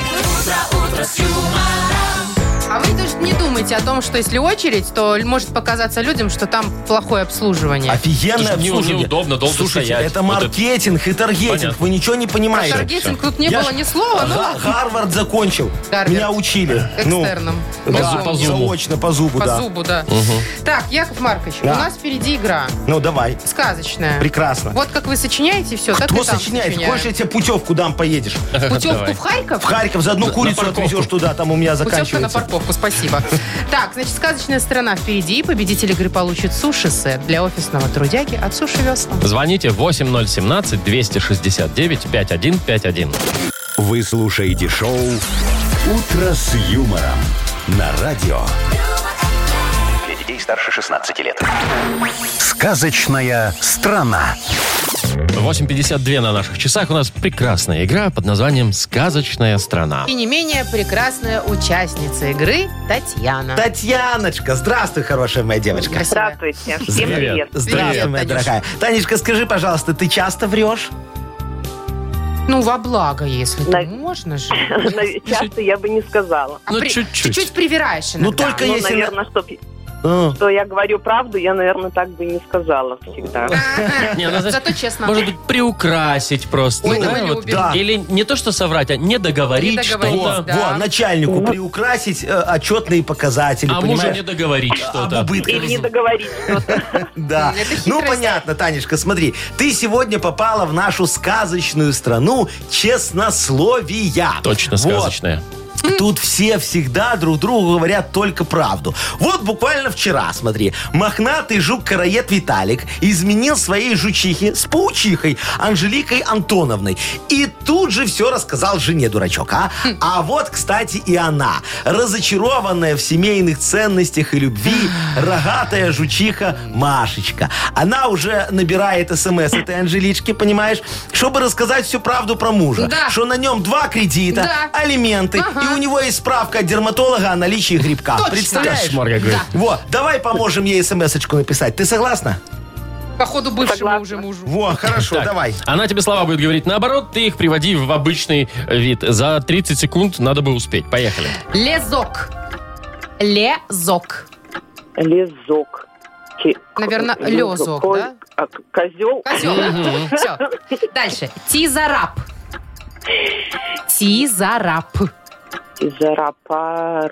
Speaker 2: А вы даже не думайте о том, что если очередь, то может показаться людям, что там плохое
Speaker 3: А
Speaker 2: обслуживание.
Speaker 1: Это
Speaker 3: Офигенное
Speaker 1: ж не-
Speaker 3: обслуживание.
Speaker 1: неудобно долго
Speaker 3: Слушайте,
Speaker 1: стоять.
Speaker 3: это
Speaker 1: Вот это-
Speaker 3: маркетинг и таргетинг.
Speaker 1: Понятно.
Speaker 3: Вы ничего не
Speaker 2: Про
Speaker 3: понимаете.
Speaker 2: таргетинг тут не
Speaker 3: Я
Speaker 2: было
Speaker 3: ж-
Speaker 2: ни слова, ну
Speaker 3: Га-
Speaker 2: ладно.
Speaker 3: Гарвард закончил.
Speaker 2: Гарвард.
Speaker 3: Меня учили. Ну,
Speaker 2: Экстерном.
Speaker 3: да,
Speaker 1: По зу- по зубу.
Speaker 3: заочно, по зубу,
Speaker 2: По
Speaker 3: да.
Speaker 2: зубу, да. Так, Яков Маркович,
Speaker 3: Да.
Speaker 2: у нас впереди игра
Speaker 3: Ну, давай.
Speaker 2: сказочная.
Speaker 3: Прекрасно.
Speaker 2: Вот как вы сочиняете все, так
Speaker 3: Кто
Speaker 2: и там
Speaker 3: сочиняет?
Speaker 2: сочиняем.
Speaker 3: Хочешь, я тебе путевку дам, поедешь?
Speaker 2: Путевку
Speaker 1: Давай.
Speaker 2: в Харьков?
Speaker 3: В Харьков за одну
Speaker 1: На
Speaker 3: курицу
Speaker 1: парковку.
Speaker 3: отвезешь туда, там у меня
Speaker 2: Путевка на
Speaker 3: заканчивается.
Speaker 2: парковку, спасибо. Так, значит, сказочная страна впереди. и Победитель игры получит суши-сет для офисного трудяги от Суши Весла.
Speaker 1: Звоните 8017-269-5151.
Speaker 4: Вы слушаете шоу «Утро с юмором» на радио.
Speaker 8: Для детей старше 16 лет.
Speaker 4: Сказочная страна.
Speaker 1: 8.52 на наших часах. У нас прекрасная игра под названием «Сказочная страна».
Speaker 2: И не менее прекрасная участница игры Татьяна.
Speaker 3: Татьяночка, здравствуй, хорошая моя девочка.
Speaker 2: Красивая.
Speaker 7: Здравствуйте. Всем
Speaker 1: Привет.
Speaker 7: привет.
Speaker 3: Здравствуй,
Speaker 2: Привет,
Speaker 3: моя
Speaker 2: Танюш.
Speaker 3: дорогая. Танечка, скажи, пожалуйста, ты часто врешь?
Speaker 2: Ну, во благо, если
Speaker 7: На-
Speaker 2: ты можно же.
Speaker 7: Нав- Часто я бы не сказала.
Speaker 2: А
Speaker 1: Ну,
Speaker 2: при-
Speaker 1: чуть-чуть.
Speaker 2: Чуть-чуть привираешь
Speaker 3: Ну,
Speaker 2: иногда.
Speaker 3: только
Speaker 7: Ну,
Speaker 3: если...
Speaker 7: наверное, чтоб-
Speaker 3: А.
Speaker 7: что я говорю правду, я, наверное, так бы не сказала всегда.
Speaker 1: Не, она, знаешь,
Speaker 2: Зато честно.
Speaker 1: Может быть, приукрасить просто.
Speaker 2: Ой,
Speaker 1: да,
Speaker 2: да мы
Speaker 1: вот.
Speaker 2: любим.
Speaker 3: да.
Speaker 1: Или не то, что соврать, а не договорить
Speaker 2: Не договорить,
Speaker 1: что-то. А
Speaker 2: да.
Speaker 3: Во, начальнику приукрасить э, отчетные показатели,
Speaker 1: А
Speaker 3: понимаешь?
Speaker 1: мужу не договорить что-то.
Speaker 2: а
Speaker 3: Об убытках.
Speaker 7: Или не договорить что-то.
Speaker 3: Да.
Speaker 2: Это хитрость.
Speaker 3: Ну, понятно, Танечка, смотри. Ты сегодня попала в нашу сказочную страну честнословия.
Speaker 1: Точно
Speaker 3: Вот.
Speaker 1: сказочная.
Speaker 3: Тут все всегда друг другу говорят только правду. Вот буквально вчера, смотри, мохнатый жук-караед Виталик изменил своей жучихе с паучихой Анжеликой Антоновной. И тут же все рассказал жене дурачок, а?
Speaker 2: Хм.
Speaker 3: А вот, кстати, и она, разочарованная в семейных ценностях и любви, рогатая жучиха Машечка. Она уже набирает смс этой Анжелички, понимаешь, чтобы рассказать всю правду про мужа.
Speaker 2: Да.
Speaker 3: Что на нем два кредита, а
Speaker 2: Да.
Speaker 3: алименты, и у него есть справка от дерматолога о наличии грибка.
Speaker 2: Точно.
Speaker 3: Представляешь?
Speaker 1: Кошмар, как говорит.
Speaker 3: Вот, давай поможем ей смс-очку написать. Ты согласна?
Speaker 2: Походу бывшему
Speaker 7: Согласна.
Speaker 2: уже мужу.
Speaker 3: Во, хорошо,
Speaker 1: Так,
Speaker 3: давай.
Speaker 1: Она тебе слова будет говорить наоборот, ты их приводи в обычный э, вид. За 30 секунд надо бы успеть. Поехали.
Speaker 2: Лезок. Лезок.
Speaker 7: Лезок. Ки-
Speaker 2: Наверно,
Speaker 7: к-
Speaker 2: лёзок,
Speaker 7: ко-
Speaker 2: да?
Speaker 7: а, к- Козел.
Speaker 2: Козел. Все. Дальше. Тизарап. Тизарап.
Speaker 7: Тизарапар...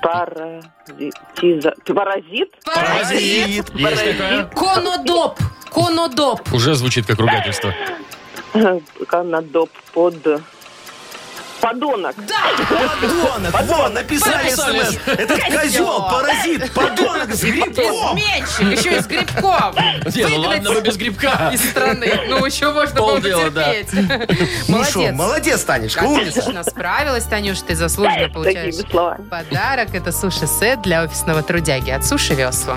Speaker 7: Пара... Тиза... Паразит?
Speaker 3: Паразит.
Speaker 1: Есть такое?
Speaker 2: Конодоп. Конодоп.
Speaker 1: Уже звучит как ругательство.
Speaker 7: Канадоп под... Подонок.
Speaker 3: Подонок. Во, написали
Speaker 1: Написали.
Speaker 3: смс. Этот козел, паразит, подонок с грибком.
Speaker 2: Изменщик. Еще и с грибком.
Speaker 1: Не, ну
Speaker 2: Выгнать
Speaker 1: ладно, мы без грибка.
Speaker 2: из страны. Ну, еще можно было
Speaker 1: Полдела, да.
Speaker 2: терпеть.
Speaker 3: Ну шо,
Speaker 2: Молодец.
Speaker 3: молодец, Танечка, умница.
Speaker 2: Отлично, справилась, Танюш, ты заслуженно
Speaker 7: Такими
Speaker 2: получаешь
Speaker 7: словами.
Speaker 2: подарок. Это суши-сет для офисного трудяги от Суши Весла.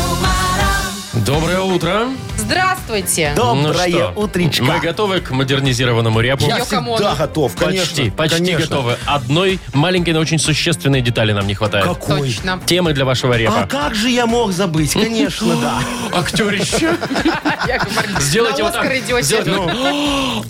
Speaker 1: Доброе утро.
Speaker 2: Здравствуйте.
Speaker 1: Ну
Speaker 3: Доброе
Speaker 1: что,
Speaker 3: утречко.
Speaker 1: Мы готовы к модернизированному рябу?
Speaker 3: Я
Speaker 2: Ё, камон.
Speaker 3: всегда готов, конечно.
Speaker 1: почти, почти
Speaker 3: конечно.
Speaker 1: готовы. Одной маленькой, но очень существенной детали нам не хватает.
Speaker 3: Какой?
Speaker 2: Точно.
Speaker 1: Темы для вашего репа.
Speaker 3: А как же я мог забыть? Конечно, да.
Speaker 1: Актерище.
Speaker 2: Яков Маркович,
Speaker 1: Сделайте
Speaker 2: на
Speaker 1: вот так.
Speaker 2: «Оскар» идете.
Speaker 1: Сделайте вот так.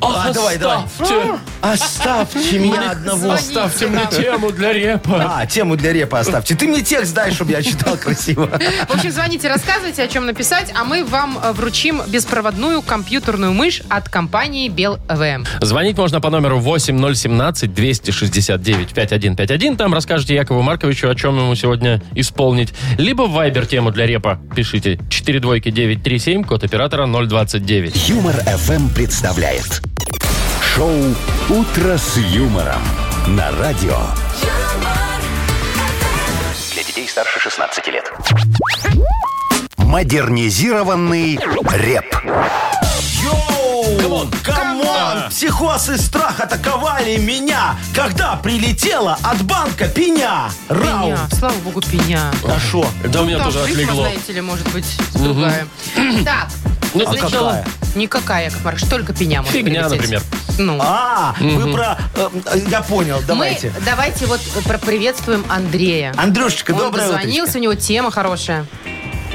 Speaker 3: А, давай, давай.
Speaker 1: Оставьте.
Speaker 3: Оставьте меня одного.
Speaker 2: звони.
Speaker 1: Оставьте мне тему для репа.
Speaker 3: А, тему для репа оставьте. Ты мне текст дай, чтобы я читал красиво.
Speaker 2: В общем, звоните, рассказывайте, о чем написать, а мы вам э, вручим беспроводную компьютерную мышь от компании Эм». БелВМ.
Speaker 1: Звонить можно по номеру 8017-269-5151. Там расскажете Якову Марковичу, о чем ему сегодня исполнить. Либо в Viber тему для репа пишите 42937, код оператора 029.
Speaker 4: Юмор ФМ представляет шоу Утро с юмором на радио.
Speaker 8: Для детей старше 16 лет.
Speaker 4: Модернизированный реп.
Speaker 3: Йоу! Камон! Психоз и страх атаковали меня, когда прилетела от банка пеня. Рау!
Speaker 2: Пеня. Слава богу, пеня.
Speaker 3: А шо?
Speaker 1: Да у меня
Speaker 2: Там
Speaker 1: тоже
Speaker 2: рифма,
Speaker 1: отлегло.
Speaker 2: знаете ли, может быть, другая. Так,
Speaker 1: Ну,
Speaker 3: А какая?
Speaker 2: никакая, Яков Маркович, только пеня может
Speaker 1: Фигня,
Speaker 2: прилететь.
Speaker 1: например.
Speaker 2: Ну.
Speaker 3: А, вы про... э, э, Я понял, давайте.
Speaker 2: Мы давайте вот проприветствуем Андрея.
Speaker 3: Андрюшечка,
Speaker 2: Он
Speaker 3: доброе
Speaker 2: дозвонился,
Speaker 3: утречко.
Speaker 2: у него тема хорошая.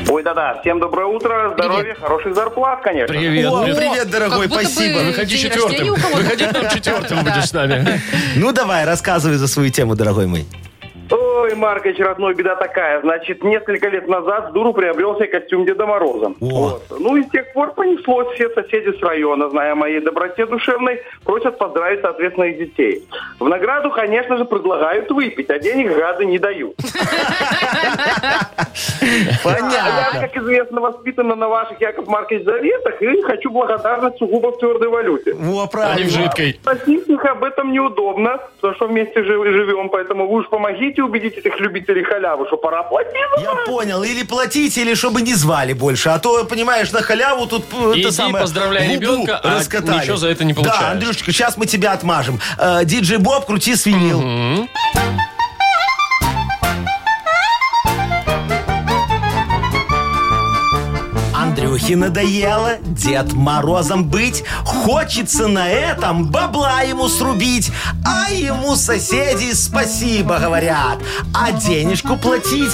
Speaker 6: Ой, да-да, всем доброе утро, здоровья, хороших зарплат, конечно.
Speaker 1: Привет,
Speaker 3: О,
Speaker 1: привет.
Speaker 3: привет, дорогой,
Speaker 2: Как будто бы
Speaker 3: спасибо.
Speaker 1: Выходи
Speaker 2: день
Speaker 1: четвертым.
Speaker 2: рождения у кого-то.
Speaker 1: Выходи нам четвертым будешь с нами.
Speaker 3: Ну давай, рассказывай за свою тему, дорогой мой.
Speaker 6: Ой, Маркович, родной, беда такая. Значит, несколько лет назад с дуру приобрел себе костюм Деда Мороза.
Speaker 3: О.
Speaker 6: Вот. Ну и с тех пор понеслось. Все соседи с района, зная о моей доброте душевной, просят поздравить, соответственно, их детей. В награду, конечно же, предлагают выпить, а денег гады не дают. А я,
Speaker 3: Понятно.
Speaker 6: как известно, воспитана на ваших, Яков Маркович, заветах и хочу благодарность сугубо в твердой валюте.
Speaker 3: Во,
Speaker 1: Они в
Speaker 3: правильно.
Speaker 1: жидкой.
Speaker 6: Просить их об этом неудобно, потому что вместе жи- живем, поэтому вы уж помогите убедить этих любителей халявы, что пора платить. за
Speaker 3: Я понял. Или платите, или чтобы не звали больше. А то, понимаешь, на халяву тут э,
Speaker 1: Иди,
Speaker 3: это самое,
Speaker 1: поздравляй
Speaker 3: губу
Speaker 1: ребенка, а
Speaker 3: раскатали.
Speaker 1: ничего за это не получаешь.
Speaker 3: Да, Андрюшечка, сейчас мы тебя отмажем. Э, Диджей Боб, крути свинил. Андрюхе надоело Дед Морозом быть. Хочется на этом бабла ему срубить. А ему соседи спасибо говорят. А денежку платить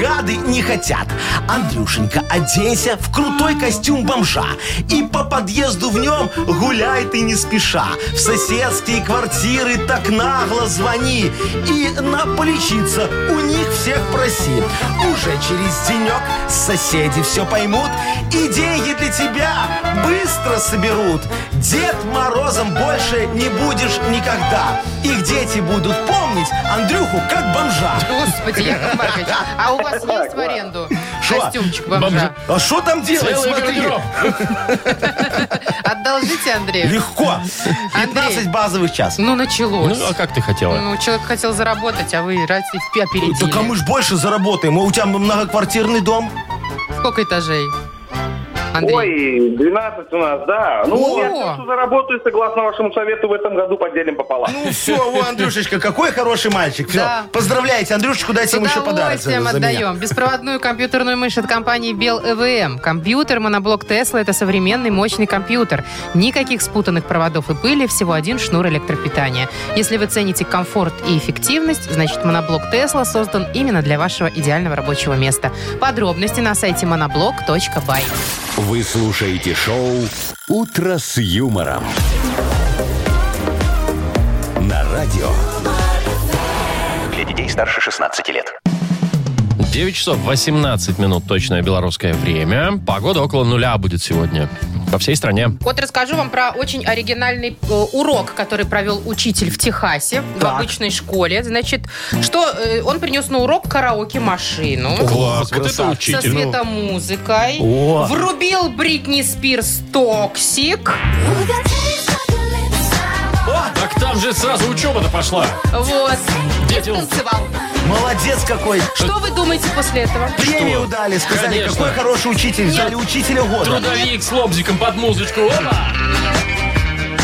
Speaker 3: гады не хотят. Андрюшенька, оденься в крутой костюм бомжа. И по подъезду в нем гуляй ты не спеша. В соседские квартиры так нагло звони. И на полечиться у них всех проси. Уже через денек соседи все поймут и деньги для тебя быстро соберут. Дед Морозом больше не будешь никогда. Их дети будут помнить Андрюху как бомжа.
Speaker 2: Господи, Яков Маркович, а у вас есть в аренду
Speaker 3: Шо?
Speaker 2: костюмчик бомжа?
Speaker 1: Бомжа.
Speaker 3: А что там делать?
Speaker 1: Целый
Speaker 3: Смотри.
Speaker 1: гардероб.
Speaker 2: Одолжите Андрею.
Speaker 3: Легко. 15 базовых час.
Speaker 2: Ну, началось.
Speaker 1: Ну, а как ты хотела?
Speaker 2: Ну, человек хотел заработать, а вы раз и впи-
Speaker 3: Да
Speaker 2: опередили.
Speaker 3: кому а ж больше заработаем? а У тебя многоквартирный дом?
Speaker 2: Сколько этажей? Андрей.
Speaker 6: Ой, 12 у нас, да. Ну,
Speaker 2: О!
Speaker 6: я все, что заработаю, согласно вашему совету, в этом году поделим пополам.
Speaker 3: Ну все, о, Андрюшечка, какой хороший мальчик. Все,
Speaker 2: Да.
Speaker 3: поздравляйте Андрюшечку,
Speaker 2: С
Speaker 3: дайте ему еще подарок. за-
Speaker 2: удовольствием
Speaker 3: за меня.
Speaker 2: отдаем. Беспроводную компьютерную мышь от компании Bell EVM. Компьютер моноблок Tesla – это современный мощный компьютер. Никаких спутанных проводов и пыли, всего один шнур электропитания. Если вы цените комфорт и эффективность, значит моноблок Tesla создан именно для вашего идеального рабочего места. Подробности на сайте monoblock.by.
Speaker 4: Вы слушаете шоу Утро с юмором. На радио.
Speaker 8: Для детей старше 16 лет.
Speaker 1: 9 часов 18 минут точное белорусское время. Погода около нуля будет сегодня. По всей стране.
Speaker 2: Вот расскажу вам про очень оригинальный э, урок, который провел учитель в Техасе в
Speaker 3: Так.
Speaker 2: обычной школе. Значит, что э, он принес на урок караоке-машину.
Speaker 1: Класс, вот это
Speaker 3: красавчик.
Speaker 2: со
Speaker 1: учитель.
Speaker 2: светомузыкой.
Speaker 3: Ну. О.
Speaker 2: Врубил Бритни Спирс «Токсик».
Speaker 1: Так там же сразу учеба-то пошла.
Speaker 2: Вот. И
Speaker 1: Дети,
Speaker 2: танцевал.
Speaker 3: Молодец какой.
Speaker 2: Что вы думаете после этого?
Speaker 3: Премию дали, сказали,
Speaker 1: Конечно.
Speaker 3: какой хороший учитель. Взяли учителя года.
Speaker 1: трудовик с лобзиком под музычку. Опа!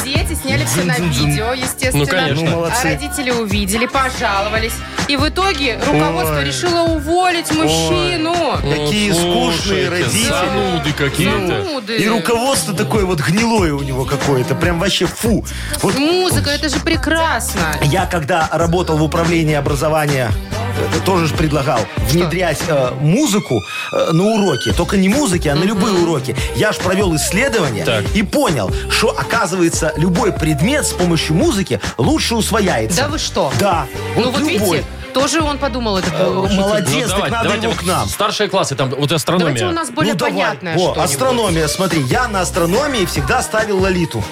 Speaker 2: Дети сняли все на
Speaker 9: Дзынь-дзынь-дзынь.
Speaker 2: видео, естественно.
Speaker 1: Ну, конечно.
Speaker 9: Ну,
Speaker 2: А
Speaker 9: молодцы.
Speaker 2: родители увидели, пожаловались. И в итоге руководство
Speaker 9: Ой.
Speaker 2: решило уволить мужчину.
Speaker 3: Ну,
Speaker 9: Какие скучные родители.
Speaker 1: Зануды какие-то. Ну,
Speaker 2: Зануды.
Speaker 9: И руководство такое вот гнилое у него какое-то. Прям вообще фу. Вот
Speaker 2: Музыка, это же прекрасно.
Speaker 3: Я когда работал в управлении образования, э, тоже ж предлагал внедрять э, музыку э, на уроки. Только не музыки, а на любые уроки. Я ж провел исследование
Speaker 1: Так.
Speaker 3: и понял, что, оказывается, любой предмет с помощью музыки лучше усвояется.
Speaker 2: Да вы что?
Speaker 3: Да.
Speaker 2: Ну
Speaker 3: Вот
Speaker 2: вот
Speaker 3: любой.
Speaker 2: видите, тоже он подумал это.
Speaker 3: Э, Молодец, так
Speaker 1: давайте,
Speaker 3: надо
Speaker 1: давайте
Speaker 3: его к нам.
Speaker 1: Старшие классы, там вот
Speaker 2: Давайте у
Speaker 1: астрономия.
Speaker 2: нас более
Speaker 3: ну, давай.
Speaker 2: понятное
Speaker 3: Во,
Speaker 2: что-нибудь.
Speaker 3: астрономия, смотри, я на астрономии всегда ставил Лолиту.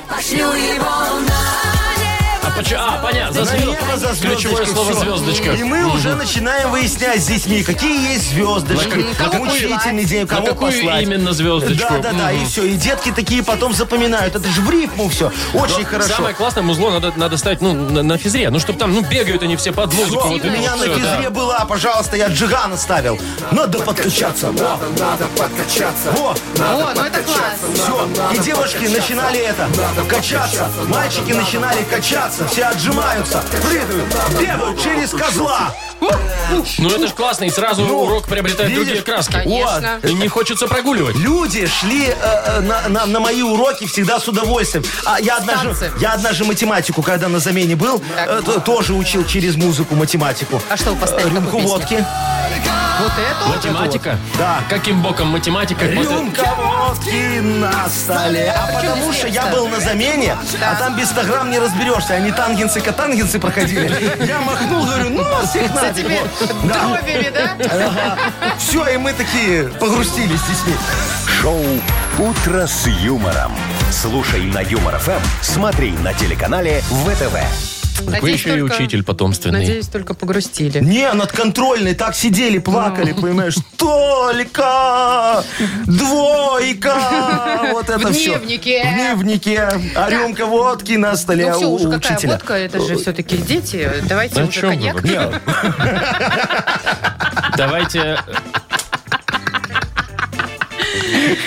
Speaker 1: А, поч- а, понятно, за
Speaker 3: Наверно, за
Speaker 1: звездочку. Ключевое
Speaker 3: звездочку,
Speaker 1: слово
Speaker 3: всё.
Speaker 1: звездочка.
Speaker 3: И мы уже начинаем выяснять с детьми, какие есть звездочки,
Speaker 2: На как-
Speaker 3: кому
Speaker 2: на какую-
Speaker 3: учительный день,
Speaker 1: на
Speaker 3: кого
Speaker 1: какую
Speaker 3: послать.
Speaker 1: именно звездочку?
Speaker 3: Да, да, да, и
Speaker 1: Мгм.
Speaker 3: все. И детки такие потом запоминают. Это же в рифму все. Очень хорошо.
Speaker 1: Самое классное, музло надо, надо ставить ну, на, на физре. Ну, чтобы там, ну, бегают они все под
Speaker 3: Всё,
Speaker 1: музыку.
Speaker 3: у
Speaker 1: вот это
Speaker 3: меня
Speaker 1: вот
Speaker 3: на
Speaker 1: всё, да.
Speaker 3: физре была, пожалуйста, я джигана ставил. Надо подключаться. Во,
Speaker 9: Надо подкачаться.
Speaker 3: во,
Speaker 2: О, ну это классно.
Speaker 3: все. И девушки начинали это, качаться. Мальчики начинали качаться. Все отжимаются, прыгают, бегают через козла.
Speaker 1: Ну, это же классно, и сразу
Speaker 3: Ну,
Speaker 1: урок приобретает
Speaker 3: видишь?
Speaker 1: другие краски.
Speaker 2: Конечно.
Speaker 1: И не хочется прогуливать.
Speaker 3: Люди шли э, э, на, на- на мои уроки всегда с удовольствием. А я
Speaker 2: Танцы.
Speaker 3: однажды, я однажды математику, когда на замене был, э, то- тоже учил через музыку математику.
Speaker 2: А что вы поставили?
Speaker 3: Э, Рюмку
Speaker 2: Какую песню?
Speaker 3: водки.
Speaker 2: Вот это?
Speaker 1: Математика?
Speaker 3: Да.
Speaker 1: Каким боком математика?
Speaker 3: Рюмка водки на столе. А
Speaker 2: Причем
Speaker 3: потому
Speaker 2: без
Speaker 3: что
Speaker 2: текста.
Speaker 3: я был на замене, а там без 100 грамм не разберешься. Они тангенсы-катангенсы проходили. Я махнул, говорю, ну, вас всех
Speaker 2: С
Speaker 3: нафиг.
Speaker 2: этими
Speaker 3: Вот. Да.
Speaker 2: дровями, да?
Speaker 3: Все, и мы такие погрустились с детьми.
Speaker 4: Шоу «Утро с юмором». Слушай на Юмор ФМ, смотри на телеканале ВТВ.
Speaker 1: Вы
Speaker 2: Надеюсь,
Speaker 1: еще и
Speaker 2: только-
Speaker 1: учитель потомственный.
Speaker 2: Надеюсь, только погрустили.
Speaker 3: Не, над контрольной так сидели, плакали,
Speaker 2: Ну.
Speaker 3: понимаешь? Только двойка. Вот это
Speaker 2: В
Speaker 3: все.
Speaker 2: дневнике.
Speaker 3: В дневнике. А рюмка водки на столе
Speaker 2: Ну все,
Speaker 3: у
Speaker 2: уже какая
Speaker 3: учителя.
Speaker 2: водка, это же все-таки дети. Давайте
Speaker 1: О
Speaker 2: уже
Speaker 1: чем вы
Speaker 2: коньяк.
Speaker 1: вообще? Давайте...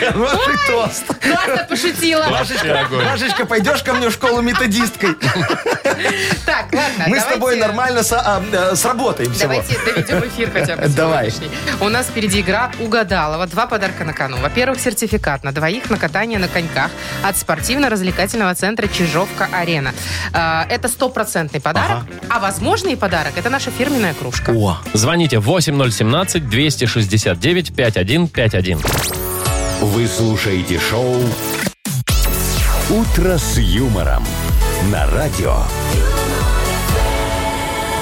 Speaker 3: Хороший тост.
Speaker 2: Классно пошутила.
Speaker 1: Вообще огонь.
Speaker 3: Машечка, пойдешь ко мне в школу методисткой?
Speaker 2: Так, ладно.
Speaker 3: Мы с тобой
Speaker 2: давайте-
Speaker 3: нормально со- а, э, сработаем всего.
Speaker 2: Давайте доведем эфир хотя бы
Speaker 3: Давай.
Speaker 2: сегодняшний. У нас впереди игра «Угадалова». Два подарка на кону. Во-первых, сертификат на двоих на катание на коньках от спортивно-развлекательного центра «Чижовка-арена». Э, Это стопроцентный подарок. А возможный подарок – это наша фирменная кружка.
Speaker 3: О,
Speaker 1: Звоните 8017-269-5151.
Speaker 4: Вы слушаете шоу «Утро с юмором» на радио.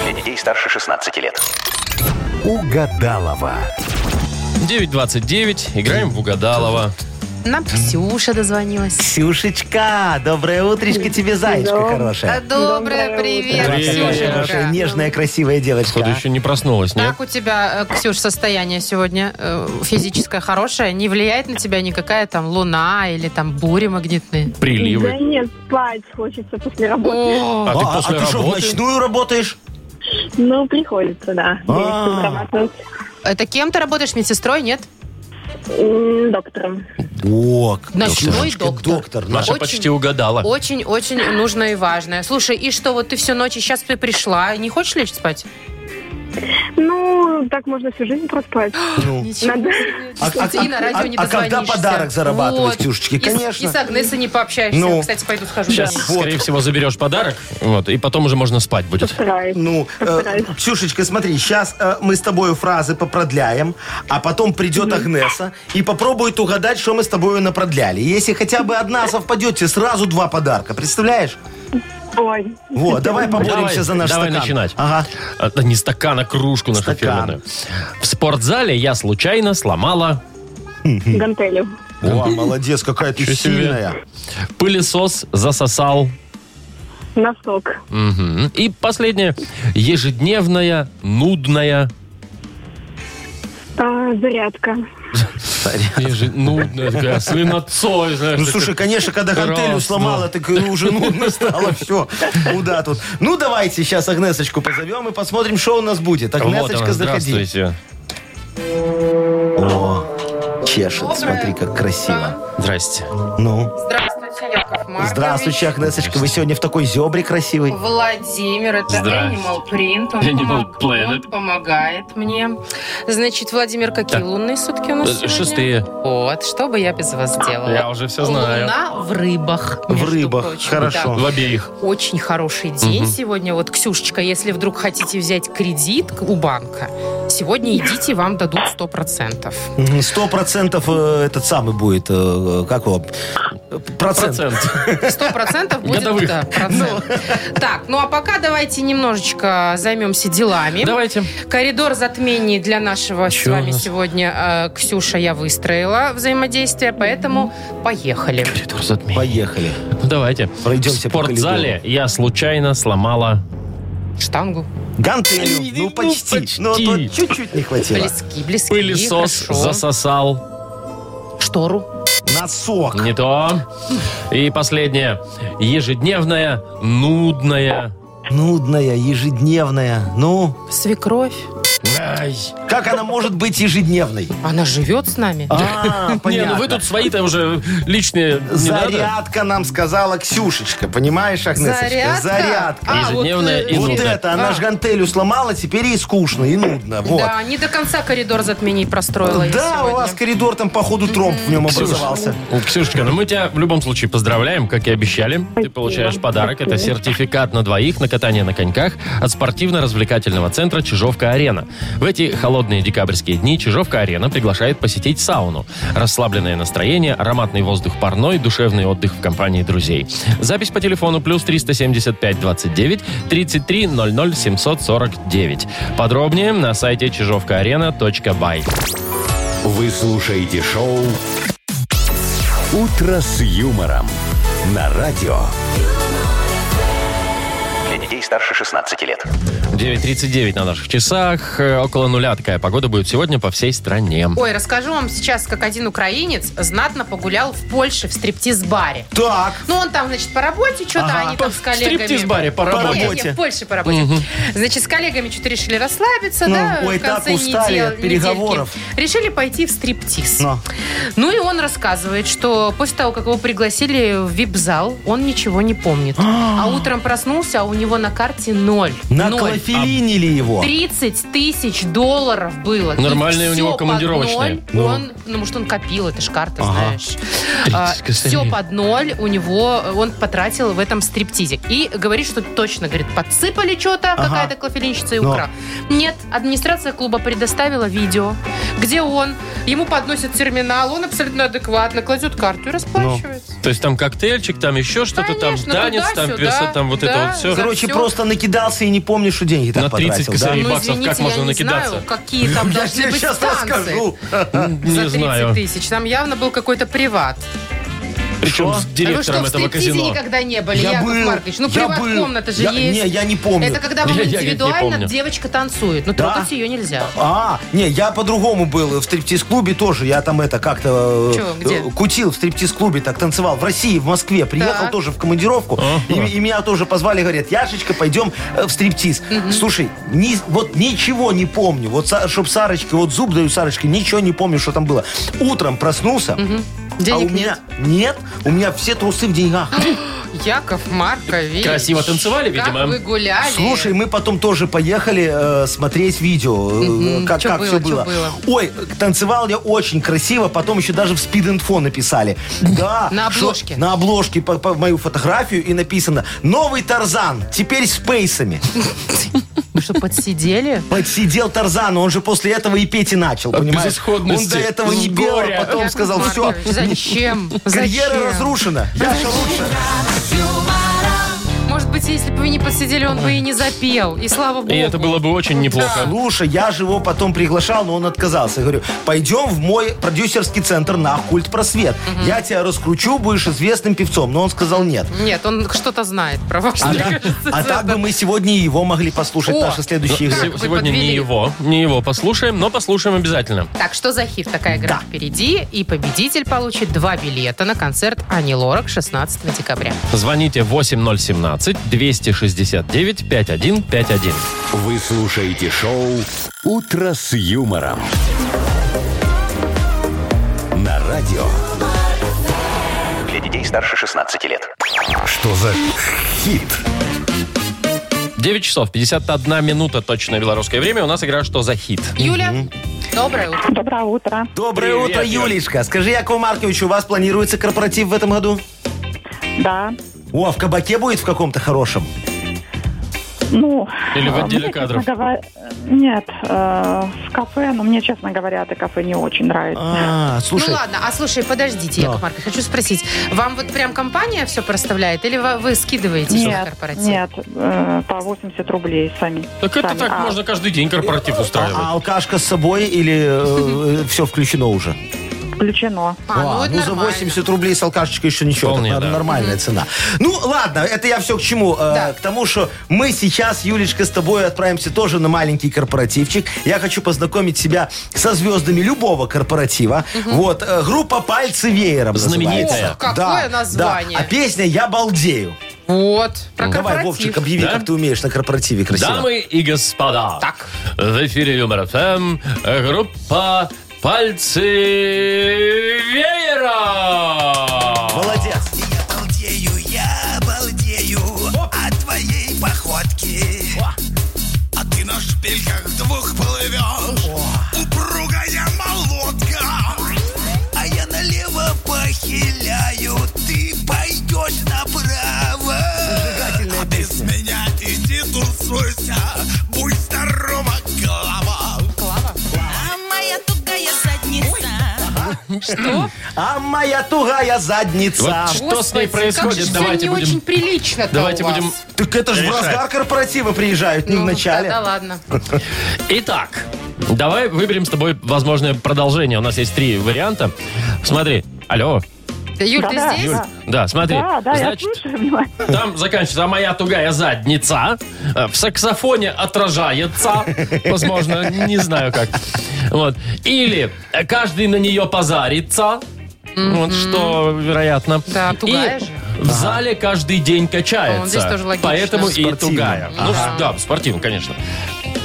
Speaker 8: Для детей старше 16 лет.
Speaker 4: Угадалова.
Speaker 1: 929. Играем в Угадалова.
Speaker 2: Нам Ксюша дозвонилась.
Speaker 3: Ксюшечка, доброе утречко тебе, зайчка хорошая.
Speaker 2: Доброе, привет,
Speaker 3: Какая хорошая,
Speaker 2: Ксюша.
Speaker 3: нежная, красивая девочка.
Speaker 1: Походу,
Speaker 3: а?
Speaker 1: еще не проснулась, нет?
Speaker 2: Как у тебя, э, Ксюш, состояние сегодня э, физическое хорошее? Не влияет на тебя никакая там луна или там бури магнитные?
Speaker 1: Приливы.
Speaker 7: Да нет, спать хочется после работы.
Speaker 2: О,
Speaker 1: А ты
Speaker 3: А, а
Speaker 1: после
Speaker 3: ты что, в
Speaker 1: работы?
Speaker 3: ночную работаешь?
Speaker 7: Ну, приходится, да.
Speaker 3: А.
Speaker 7: Есть сутра проснуться.
Speaker 2: это кем ты работаешь? Медсестрой, нет?
Speaker 7: М, Доктором.
Speaker 3: О,
Speaker 2: Ночной
Speaker 3: Ксюшечка,
Speaker 2: доктор.
Speaker 3: доктор наш.
Speaker 1: Маша
Speaker 2: Очень-
Speaker 1: почти угадала.
Speaker 2: Очень-очень нужно и важное. Слушай, и что, вот ты всю ночь, и сейчас ты пришла, не хочешь лечь спать?
Speaker 7: Ну, так можно всю жизнь проспать.
Speaker 3: Ну,
Speaker 2: Ну.
Speaker 7: Надо.
Speaker 3: А, а-
Speaker 2: И на радио
Speaker 3: а-
Speaker 2: не
Speaker 3: а когда
Speaker 2: дозвонишься.
Speaker 3: подарок зарабатывать,
Speaker 2: Вот.
Speaker 3: Ксюшечки?
Speaker 2: И с-
Speaker 3: Конечно.
Speaker 2: И с Агнесой не пообщаешься.
Speaker 3: Ну.
Speaker 2: Кстати, пойду схожу.
Speaker 1: Сейчас,
Speaker 2: Да.
Speaker 1: скорее всего, заберешь подарок, вот, и потом уже можно спать будет.
Speaker 7: Постараюсь.
Speaker 3: Ну, э,
Speaker 7: Постараюсь.
Speaker 3: Ксюшечка, смотри, сейчас мы с тобой фразы попродляем, а потом придет Агнеса и попробует угадать, что мы с тобой напродляли. Если хотя бы одна совпадет, тебе сразу два подарка. Представляешь?
Speaker 7: Ой.
Speaker 3: Вот, давай поборемся за наш
Speaker 1: давай
Speaker 3: стакан.
Speaker 1: начинать.
Speaker 3: Ага.
Speaker 1: А, да не стакан, а кружку нашу
Speaker 3: Стакан.
Speaker 1: фирменную. В спортзале я случайно сломала
Speaker 7: Гантелю.
Speaker 3: О, молодец, какая ты
Speaker 1: Чё себе.
Speaker 3: сильная.
Speaker 1: пылесос, засосал.
Speaker 7: Носок.
Speaker 1: Мгм. И последнее. Ежедневная, нудная.
Speaker 7: А, зарядка.
Speaker 1: Еже- Нудная такая, слинотцой, знаешь.
Speaker 3: Ну,
Speaker 1: такая.
Speaker 3: слушай, конечно, когда гантелю
Speaker 1: Раз,
Speaker 3: сломала, так и уже нудно стало все. Куда тут? Ну, давайте сейчас Агнесочку позовем и посмотрим, что у нас будет.
Speaker 1: Вот она,
Speaker 3: Агнесочка, заходи.
Speaker 1: здравствуйте.
Speaker 3: О, чешет, смотри, как красиво.
Speaker 1: Здрасте.
Speaker 3: Ну,
Speaker 2: Ну. Здравствуйте, Яков Маркович.
Speaker 3: Здравствуйте, Агнесочка. Вы сегодня в такой зебре красивой.
Speaker 2: Владимир, это
Speaker 1: Здрасте.
Speaker 2: Animal Print. Он,
Speaker 1: Animal
Speaker 2: помог-
Speaker 1: Planet.
Speaker 2: он помогает мне. Значит, Владимир, какие лунные сутки у нас
Speaker 1: Э,
Speaker 2: сегодня?
Speaker 1: Шестые.
Speaker 2: Вот, что бы я без вас делала?
Speaker 1: Я уже все знаю.
Speaker 2: Луна в рыбах. между
Speaker 3: рыбах,
Speaker 2: прочим.
Speaker 3: хорошо.
Speaker 1: В обеих.
Speaker 2: Ну, Да. Очень хороший день сегодня. Вот, Ксюшечка, если вдруг хотите взять кредит у банка, сегодня идите, вам дадут 100%.
Speaker 3: Мгм, Сто процентов э, этот самый будет. э, Как его? Процент.
Speaker 1: Процент.
Speaker 2: 100% будет
Speaker 1: Годовых.
Speaker 2: да, процент. Так, ну а пока давайте немножечко займемся делами.
Speaker 1: Давайте.
Speaker 2: Коридор затмений для нашего
Speaker 1: Чё
Speaker 2: с
Speaker 1: у
Speaker 2: вами
Speaker 1: нас?
Speaker 2: сегодня, э, Ксюша, я выстроила взаимодействие, поэтому поехали.
Speaker 1: Коридор затмений.
Speaker 3: Поехали.
Speaker 1: Ну, Давайте.
Speaker 3: Пройдемся
Speaker 1: В
Speaker 3: по
Speaker 1: спортзале я случайно сломала...
Speaker 2: Штангу.
Speaker 3: Гантелью. Ну,
Speaker 1: Ну,
Speaker 3: почти.
Speaker 1: почти.
Speaker 3: Ну, вот- вот чуть-чуть не хватило.
Speaker 2: Близки, близки.
Speaker 1: Пылесос
Speaker 2: хорошо.
Speaker 1: засосал.
Speaker 2: Штору.
Speaker 3: Носок.
Speaker 1: Не то. И последнее. Ежедневная, нудная...
Speaker 3: Нудная, ежедневная. Ну,
Speaker 2: Свекровь.
Speaker 1: Ай.
Speaker 3: как она может быть ежедневной?
Speaker 2: Она живет с нами.
Speaker 3: А,
Speaker 1: Не, ну вы
Speaker 3: понятно.
Speaker 1: тут свои-то уже личные не надо.
Speaker 9: Зарядка нам сказала Ксюшечка, понимаешь, Агнесочка?
Speaker 2: Зарядка.
Speaker 9: Зарядка.
Speaker 2: А, вот,
Speaker 1: Ежедневная
Speaker 2: э,
Speaker 1: и
Speaker 3: Вот
Speaker 1: нудная.
Speaker 3: это, она
Speaker 2: А.
Speaker 3: ж гантелью сломала, теперь ей скучно и нудно. Вот.
Speaker 2: Да, не до конца коридор затмений простроила я
Speaker 3: Да, у
Speaker 2: сегодня.
Speaker 3: вас коридор там, походу, тромб в нем образовался.
Speaker 1: О, Ксюшечка, ну мы тебя в любом случае поздравляем, как и обещали. Ты получаешь подарок. Это сертификат на двоих на катание на коньках от спортивно-развлекательного центра «Чижовка-арена». В эти холодные декабрьские дни «Чижовка-арена» приглашает посетить сауну. Расслабленное настроение, ароматный воздух парной, душевный отдых в компании друзей. Запись по телефону плюс 375 29 33 00 749. Подробнее на сайте чижовкаарена.бай.
Speaker 4: Вы слушаете шоу «Утро с юмором» на радио.
Speaker 8: Для детей старше 16 лет.
Speaker 1: 9.39 на наших часах. Э, Около нуля такая погода будет сегодня по всей стране.
Speaker 2: Ой, расскажу вам сейчас, как один украинец знатно погулял в Польше в стриптиз-баре.
Speaker 3: Так,
Speaker 2: Ну, он там, значит, по работе что-то,
Speaker 3: Ага.
Speaker 2: они там с коллегами...
Speaker 1: стриптиз-баре по
Speaker 2: Не,
Speaker 1: работе.
Speaker 2: не,
Speaker 3: работе.
Speaker 2: в Польше по работе. Значит, с коллегами что-то решили расслабиться,
Speaker 3: Ну,
Speaker 2: да,
Speaker 3: ой,
Speaker 2: в конце
Speaker 3: так устали
Speaker 2: недел-
Speaker 3: от переговоров.
Speaker 2: недельки. Решили пойти в стриптиз.
Speaker 3: но.
Speaker 2: Ну и он рассказывает, что после того, как его пригласили в вип-зал, он ничего не помнит. А утром проснулся, а у него на карте ноль. Ноль. А,
Speaker 3: Наколофелинили его.
Speaker 2: 30 тысяч долларов было. И
Speaker 1: Нормальные у
Speaker 2: всё
Speaker 1: него
Speaker 2: под
Speaker 1: командировочные.
Speaker 2: ноль.
Speaker 3: Ну.
Speaker 2: Он, ну, потому что он копил, это ж карта,
Speaker 3: Ага.
Speaker 2: знаешь.
Speaker 1: 30 косарей.
Speaker 2: все А, под ноль у него, э, он потратил в этом стриптизе. И говорит, что точно, говорит, подсыпали что-то, какая-то клофелинщица и
Speaker 3: Но.
Speaker 2: украла. Нет, администрация клуба предоставила видео, где он, ему подносят терминал, он абсолютно адекватно кладет карту и расплачивается.
Speaker 3: Ну.
Speaker 1: То есть там коктейльчик, там еще что-то, там
Speaker 2: Конечно,
Speaker 1: танец, там
Speaker 2: туда-сюда,
Speaker 1: песо, там вот это
Speaker 2: да.
Speaker 1: вот все.
Speaker 2: За-
Speaker 3: Короче,
Speaker 2: всё.
Speaker 3: просто накидался и не помнишь, что деньги так
Speaker 1: На 30
Speaker 3: потратил.
Speaker 1: косарей.
Speaker 3: да?
Speaker 1: И баксов как можно
Speaker 2: Ну, я не
Speaker 1: накидаться?
Speaker 2: знаю, какие там
Speaker 3: Я
Speaker 2: должны
Speaker 3: тебе
Speaker 2: быть
Speaker 3: сейчас
Speaker 2: станции.
Speaker 3: расскажу.
Speaker 2: за
Speaker 1: Не
Speaker 2: 30
Speaker 1: знаю.
Speaker 2: тысяч. Там явно был какой-то приват.
Speaker 1: Причем с
Speaker 2: а
Speaker 1: директором
Speaker 2: вы что,
Speaker 1: этого
Speaker 2: в стриптизе
Speaker 1: казино.
Speaker 2: никогда не были, Яков
Speaker 3: был,
Speaker 2: Маркович? Ну,
Speaker 3: я был.
Speaker 2: приват-комната же
Speaker 3: Я-
Speaker 2: есть.
Speaker 3: Не, я не помню.
Speaker 2: Это когда вам
Speaker 1: Я- я, говорит, не
Speaker 2: индивидуально
Speaker 1: помню.
Speaker 2: девочка танцует, но
Speaker 3: Да?
Speaker 2: трогать ее нельзя.
Speaker 3: А, не, я по-другому был в стриптиз-клубе тоже. Я там это как-то э,
Speaker 2: Чё, где?
Speaker 3: э, кутил в стриптиз-клубе, так танцевал в России, в Москве. Приехал
Speaker 2: Так.
Speaker 3: тоже в командировку. И, и меня тоже позвали, говорят, Яшечка, пойдем э, в стриптиз. Слушай, ни- вот ничего не помню. Вот чтоб Сарочке, вот зуб даю Сарочке, ничего не помню, что там было. Утром проснулся. а у
Speaker 2: Денег
Speaker 3: меня нет, у меня все трусы в деньгах.
Speaker 2: нет. Яков Маркович.
Speaker 1: Красиво танцевали, видимо.
Speaker 2: Как вы гуляли.
Speaker 3: Слушай, мы потом тоже поехали э, смотреть видео, э,
Speaker 2: Мгм.
Speaker 3: как,
Speaker 2: Чё
Speaker 3: как
Speaker 2: было,
Speaker 3: все
Speaker 2: чё
Speaker 3: было.
Speaker 2: было?
Speaker 3: Ой, танцевал я очень красиво, потом еще даже в спид-инфо написали. Да.
Speaker 2: На
Speaker 3: что-
Speaker 2: обложке.
Speaker 3: на обложке по, по мою фотографию и написано «Новый Тарзан, теперь с пейсами».
Speaker 2: Вы что, Ну, подсидели?
Speaker 3: Подсидел Тарзана, он же после этого и петь и начал,
Speaker 1: От
Speaker 3: понимаешь?
Speaker 1: безысходности,
Speaker 3: Он до этого
Speaker 1: с
Speaker 3: не пел, а
Speaker 1: горя.
Speaker 3: потом
Speaker 2: Яков
Speaker 3: сказал «Все,
Speaker 2: Маркович, Зачем?
Speaker 3: карьера
Speaker 2: Зачем?
Speaker 3: разрушена». Яша лучше.
Speaker 2: Может быть, если бы вы не подсидели, он бы и не запел. И слава богу.
Speaker 1: И это было бы очень неплохо.
Speaker 3: Слушай, я же его потом приглашал, но он отказался. Я говорю, пойдем в мой продюсерский центр на культ просвет. Я тебя раскручу, будешь известным певцом. Но он сказал нет.
Speaker 2: Нет, он что-то знает про ваш
Speaker 3: А, так- а так бы мы сегодня и его могли послушать,
Speaker 2: О,
Speaker 3: наши следующие
Speaker 1: Се-
Speaker 3: игры.
Speaker 2: вы
Speaker 1: Сегодня
Speaker 2: подвели.
Speaker 1: не его, не его послушаем, но послушаем обязательно.
Speaker 2: Так, что за хит? Такая игра
Speaker 3: Да.
Speaker 2: впереди. И победитель получит два билета на концерт Ани Лорак 16 декабря.
Speaker 1: Звоните 8017-269-5151.
Speaker 4: Вы слушаете шоу «Утро с юмором» на радио.
Speaker 8: Для детей старше 16 лет. старше 16 лет.
Speaker 4: Что за хит?
Speaker 1: 9 часов 51 минута точное белорусское время. У нас игра «Что за хит?».
Speaker 2: Юля, доброе утро.
Speaker 7: Доброе утро.
Speaker 3: Доброе утро, Юлечка. Скажи, Якову Марковичу, у вас планируется корпоратив в этом году?
Speaker 7: Да.
Speaker 3: О, а в кабаке будет в каком-то хорошем?
Speaker 7: Ну,
Speaker 1: Или в
Speaker 7: э,
Speaker 1: отделе
Speaker 7: мне, честно
Speaker 1: кадров.
Speaker 7: говоря, Нет, э, в кафе, но мне, честно говоря, это кафе не очень нравится.
Speaker 3: А,
Speaker 2: Ну
Speaker 3: слушай,
Speaker 2: ладно, а слушай, подождите, Яков Маркович, хочу спросить, вам вот прям компания все проставляет или вы, вы скидываете на
Speaker 7: Нет,
Speaker 2: корпоратив?
Speaker 7: нет, э, по 80 рублей сами.
Speaker 1: Так это
Speaker 7: сами.
Speaker 1: так,
Speaker 7: А,
Speaker 1: можно каждый день корпоратив
Speaker 3: а
Speaker 1: устраивать.
Speaker 3: алкашка с собой или все включено уже?
Speaker 7: Включено.
Speaker 2: А, ну,
Speaker 3: А,
Speaker 2: это
Speaker 3: ну, за
Speaker 2: нормально.
Speaker 3: 80 рублей с алкашечкой еще ничего.
Speaker 1: Вполне,
Speaker 3: так, нар-
Speaker 1: да.
Speaker 3: Нормальная цена. Ну, ладно, это я все к чему? Э,
Speaker 2: Да.
Speaker 3: К тому, что мы сейчас, Юлечка, с тобой отправимся тоже на маленький корпоративчик. Я хочу познакомить себя со звездами любого корпоратива. Вот, э, группа «Пальцы веером»
Speaker 1: Знаменитая.
Speaker 3: называется.
Speaker 2: Ох, какое
Speaker 3: Да,
Speaker 2: название.
Speaker 3: да. А песня «Я балдею».
Speaker 2: Вот,
Speaker 1: Ну,
Speaker 2: про
Speaker 3: Давай,
Speaker 2: корпоратив.
Speaker 3: Вовчик, объяви,
Speaker 1: Да?
Speaker 3: как ты умеешь на корпоративе красиво.
Speaker 1: Дамы и господа,
Speaker 2: Так.
Speaker 1: в эфире Юмор ФМ э, группа «Пальцы веера».
Speaker 3: Молодец.
Speaker 10: Балдею, я балдею от твоей походки. А ты на шпильках двух плывешь, упругая молодка. А я налево похиляю, ты пойдешь направо. А без меня иди тусуйся, будь здорова, голова. А моя тугая задница.
Speaker 3: А моя тугая задница.
Speaker 1: Вот Что с ней
Speaker 2: Господи,
Speaker 1: происходит?
Speaker 2: Как же
Speaker 1: Давайте
Speaker 2: все
Speaker 1: будем-
Speaker 2: не очень прилично
Speaker 1: Давайте
Speaker 2: Ну,
Speaker 1: будем...
Speaker 3: Так это же в разгар корпоратива приезжают, не в начале.
Speaker 2: Да, да ладно.
Speaker 1: Итак, давай выберем с тобой возможное продолжение. У нас есть три варианта. Смотри. Алло.
Speaker 2: Юль, ты
Speaker 7: Да-да.
Speaker 2: здесь?
Speaker 7: Юль.
Speaker 1: Да, смотри.
Speaker 7: Да, да,
Speaker 1: Значит,
Speaker 7: я слышу внимательно.
Speaker 1: Там заканчивается «А моя тугая задница. э, В саксофоне отражается. Возможно, не знаю как. Вот. Или э, каждый на нее позарится. Вот что, вероятно.
Speaker 2: Да, тугая
Speaker 1: И
Speaker 2: же.
Speaker 1: В зале каждый день качается.
Speaker 2: здесь тоже логично.
Speaker 1: Поэтому и
Speaker 3: Спортивно.
Speaker 1: тугая. Ну, да, спортивно, конечно.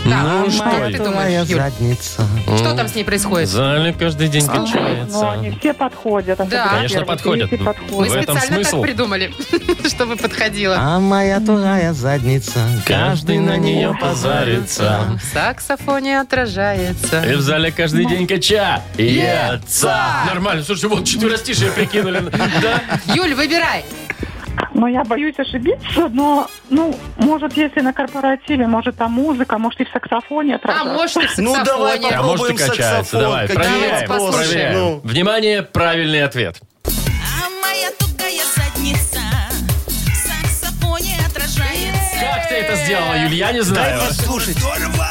Speaker 2: Да,
Speaker 1: Ну,
Speaker 2: а
Speaker 1: что
Speaker 2: как ты
Speaker 1: это?
Speaker 2: думаешь, Юль,
Speaker 3: задница.
Speaker 2: что там с ней
Speaker 1: В
Speaker 2: происходит?
Speaker 1: зале каждый день
Speaker 7: Но
Speaker 1: качается.
Speaker 7: они все подходят. особенно
Speaker 1: Конечно,
Speaker 7: первый,
Speaker 1: подходят. ну.
Speaker 7: третий
Speaker 1: В
Speaker 2: Мы
Speaker 7: подходит.
Speaker 1: этом
Speaker 2: специально
Speaker 1: смысл.
Speaker 2: так придумали, чтобы подходило.
Speaker 3: А моя тугая задница.
Speaker 1: Каждый на нее позарится.
Speaker 2: В саксофоне отражается.
Speaker 1: И в зале каждый день качается. Нормально. Слушай, вот четверостишие прикинули. Да?
Speaker 2: Юль, выбирай.
Speaker 7: Но я боюсь ошибиться, но, ну, может, если на корпоративе, может, там музыка, может, и в саксофоне
Speaker 2: А
Speaker 7: отражается.
Speaker 2: может, и в
Speaker 3: Ну,
Speaker 2: саксофоне.
Speaker 3: давай
Speaker 1: А
Speaker 3: попробуем.
Speaker 1: может и качается.
Speaker 3: саксофон,
Speaker 1: Давай,
Speaker 3: конечно.
Speaker 1: проверяем.
Speaker 2: Давайте послушаем.
Speaker 1: проверяем.
Speaker 3: Ну.
Speaker 1: Внимание, правильный ответ.
Speaker 10: А моя тугая задница в саксофоне отражается.
Speaker 1: Как ты это сделала, Юль? Я не знаю.
Speaker 3: Слушай,
Speaker 10: Здорово!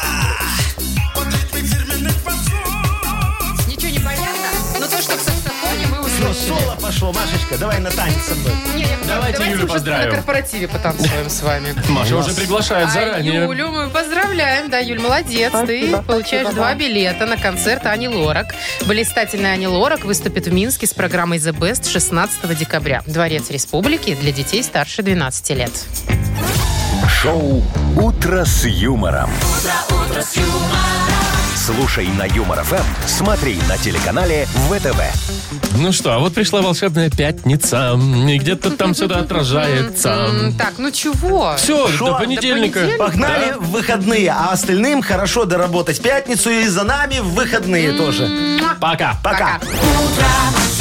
Speaker 10: Под ритм фирменных басов.
Speaker 2: Ничего не понятно, но то, что в саксофоне, мы услышали.
Speaker 3: Ну, соло пошло, Машечка, давай на танец со мной.
Speaker 2: Не, я-
Speaker 1: Ну, Давайте Юлю
Speaker 2: лучше
Speaker 1: поздравим.
Speaker 2: На корпоративе потанцуем с вами.
Speaker 1: Маша уже приглашает
Speaker 2: А
Speaker 1: заранее.
Speaker 2: Юлю мы поздравляем. Да, Юль, молодец.
Speaker 7: Спасибо,
Speaker 2: Ты получаешь
Speaker 7: спасибо,
Speaker 2: два
Speaker 7: да.
Speaker 2: билета на концерт Ани Лорак. Блистательная Ани Лорак выступит в Минске с программой The Best 16 декабря. Дворец Республики для детей старше 12 лет.
Speaker 4: Шоу «Утро с юмором». Слушай на Юмор ФМ, смотри на телеканале ВТВ.
Speaker 1: Ну что, а вот пришла волшебная пятница. И где-то там сюда отражается.
Speaker 2: М, Так, ну чего?
Speaker 1: Все, до
Speaker 3: До
Speaker 1: понедельника.
Speaker 2: понедельника.
Speaker 3: Погнали
Speaker 1: Да.
Speaker 3: в выходные, а остальным хорошо доработать пятницу и за нами в выходные тоже.
Speaker 1: Пока.
Speaker 3: Пока.
Speaker 2: Пока.
Speaker 10: Утро с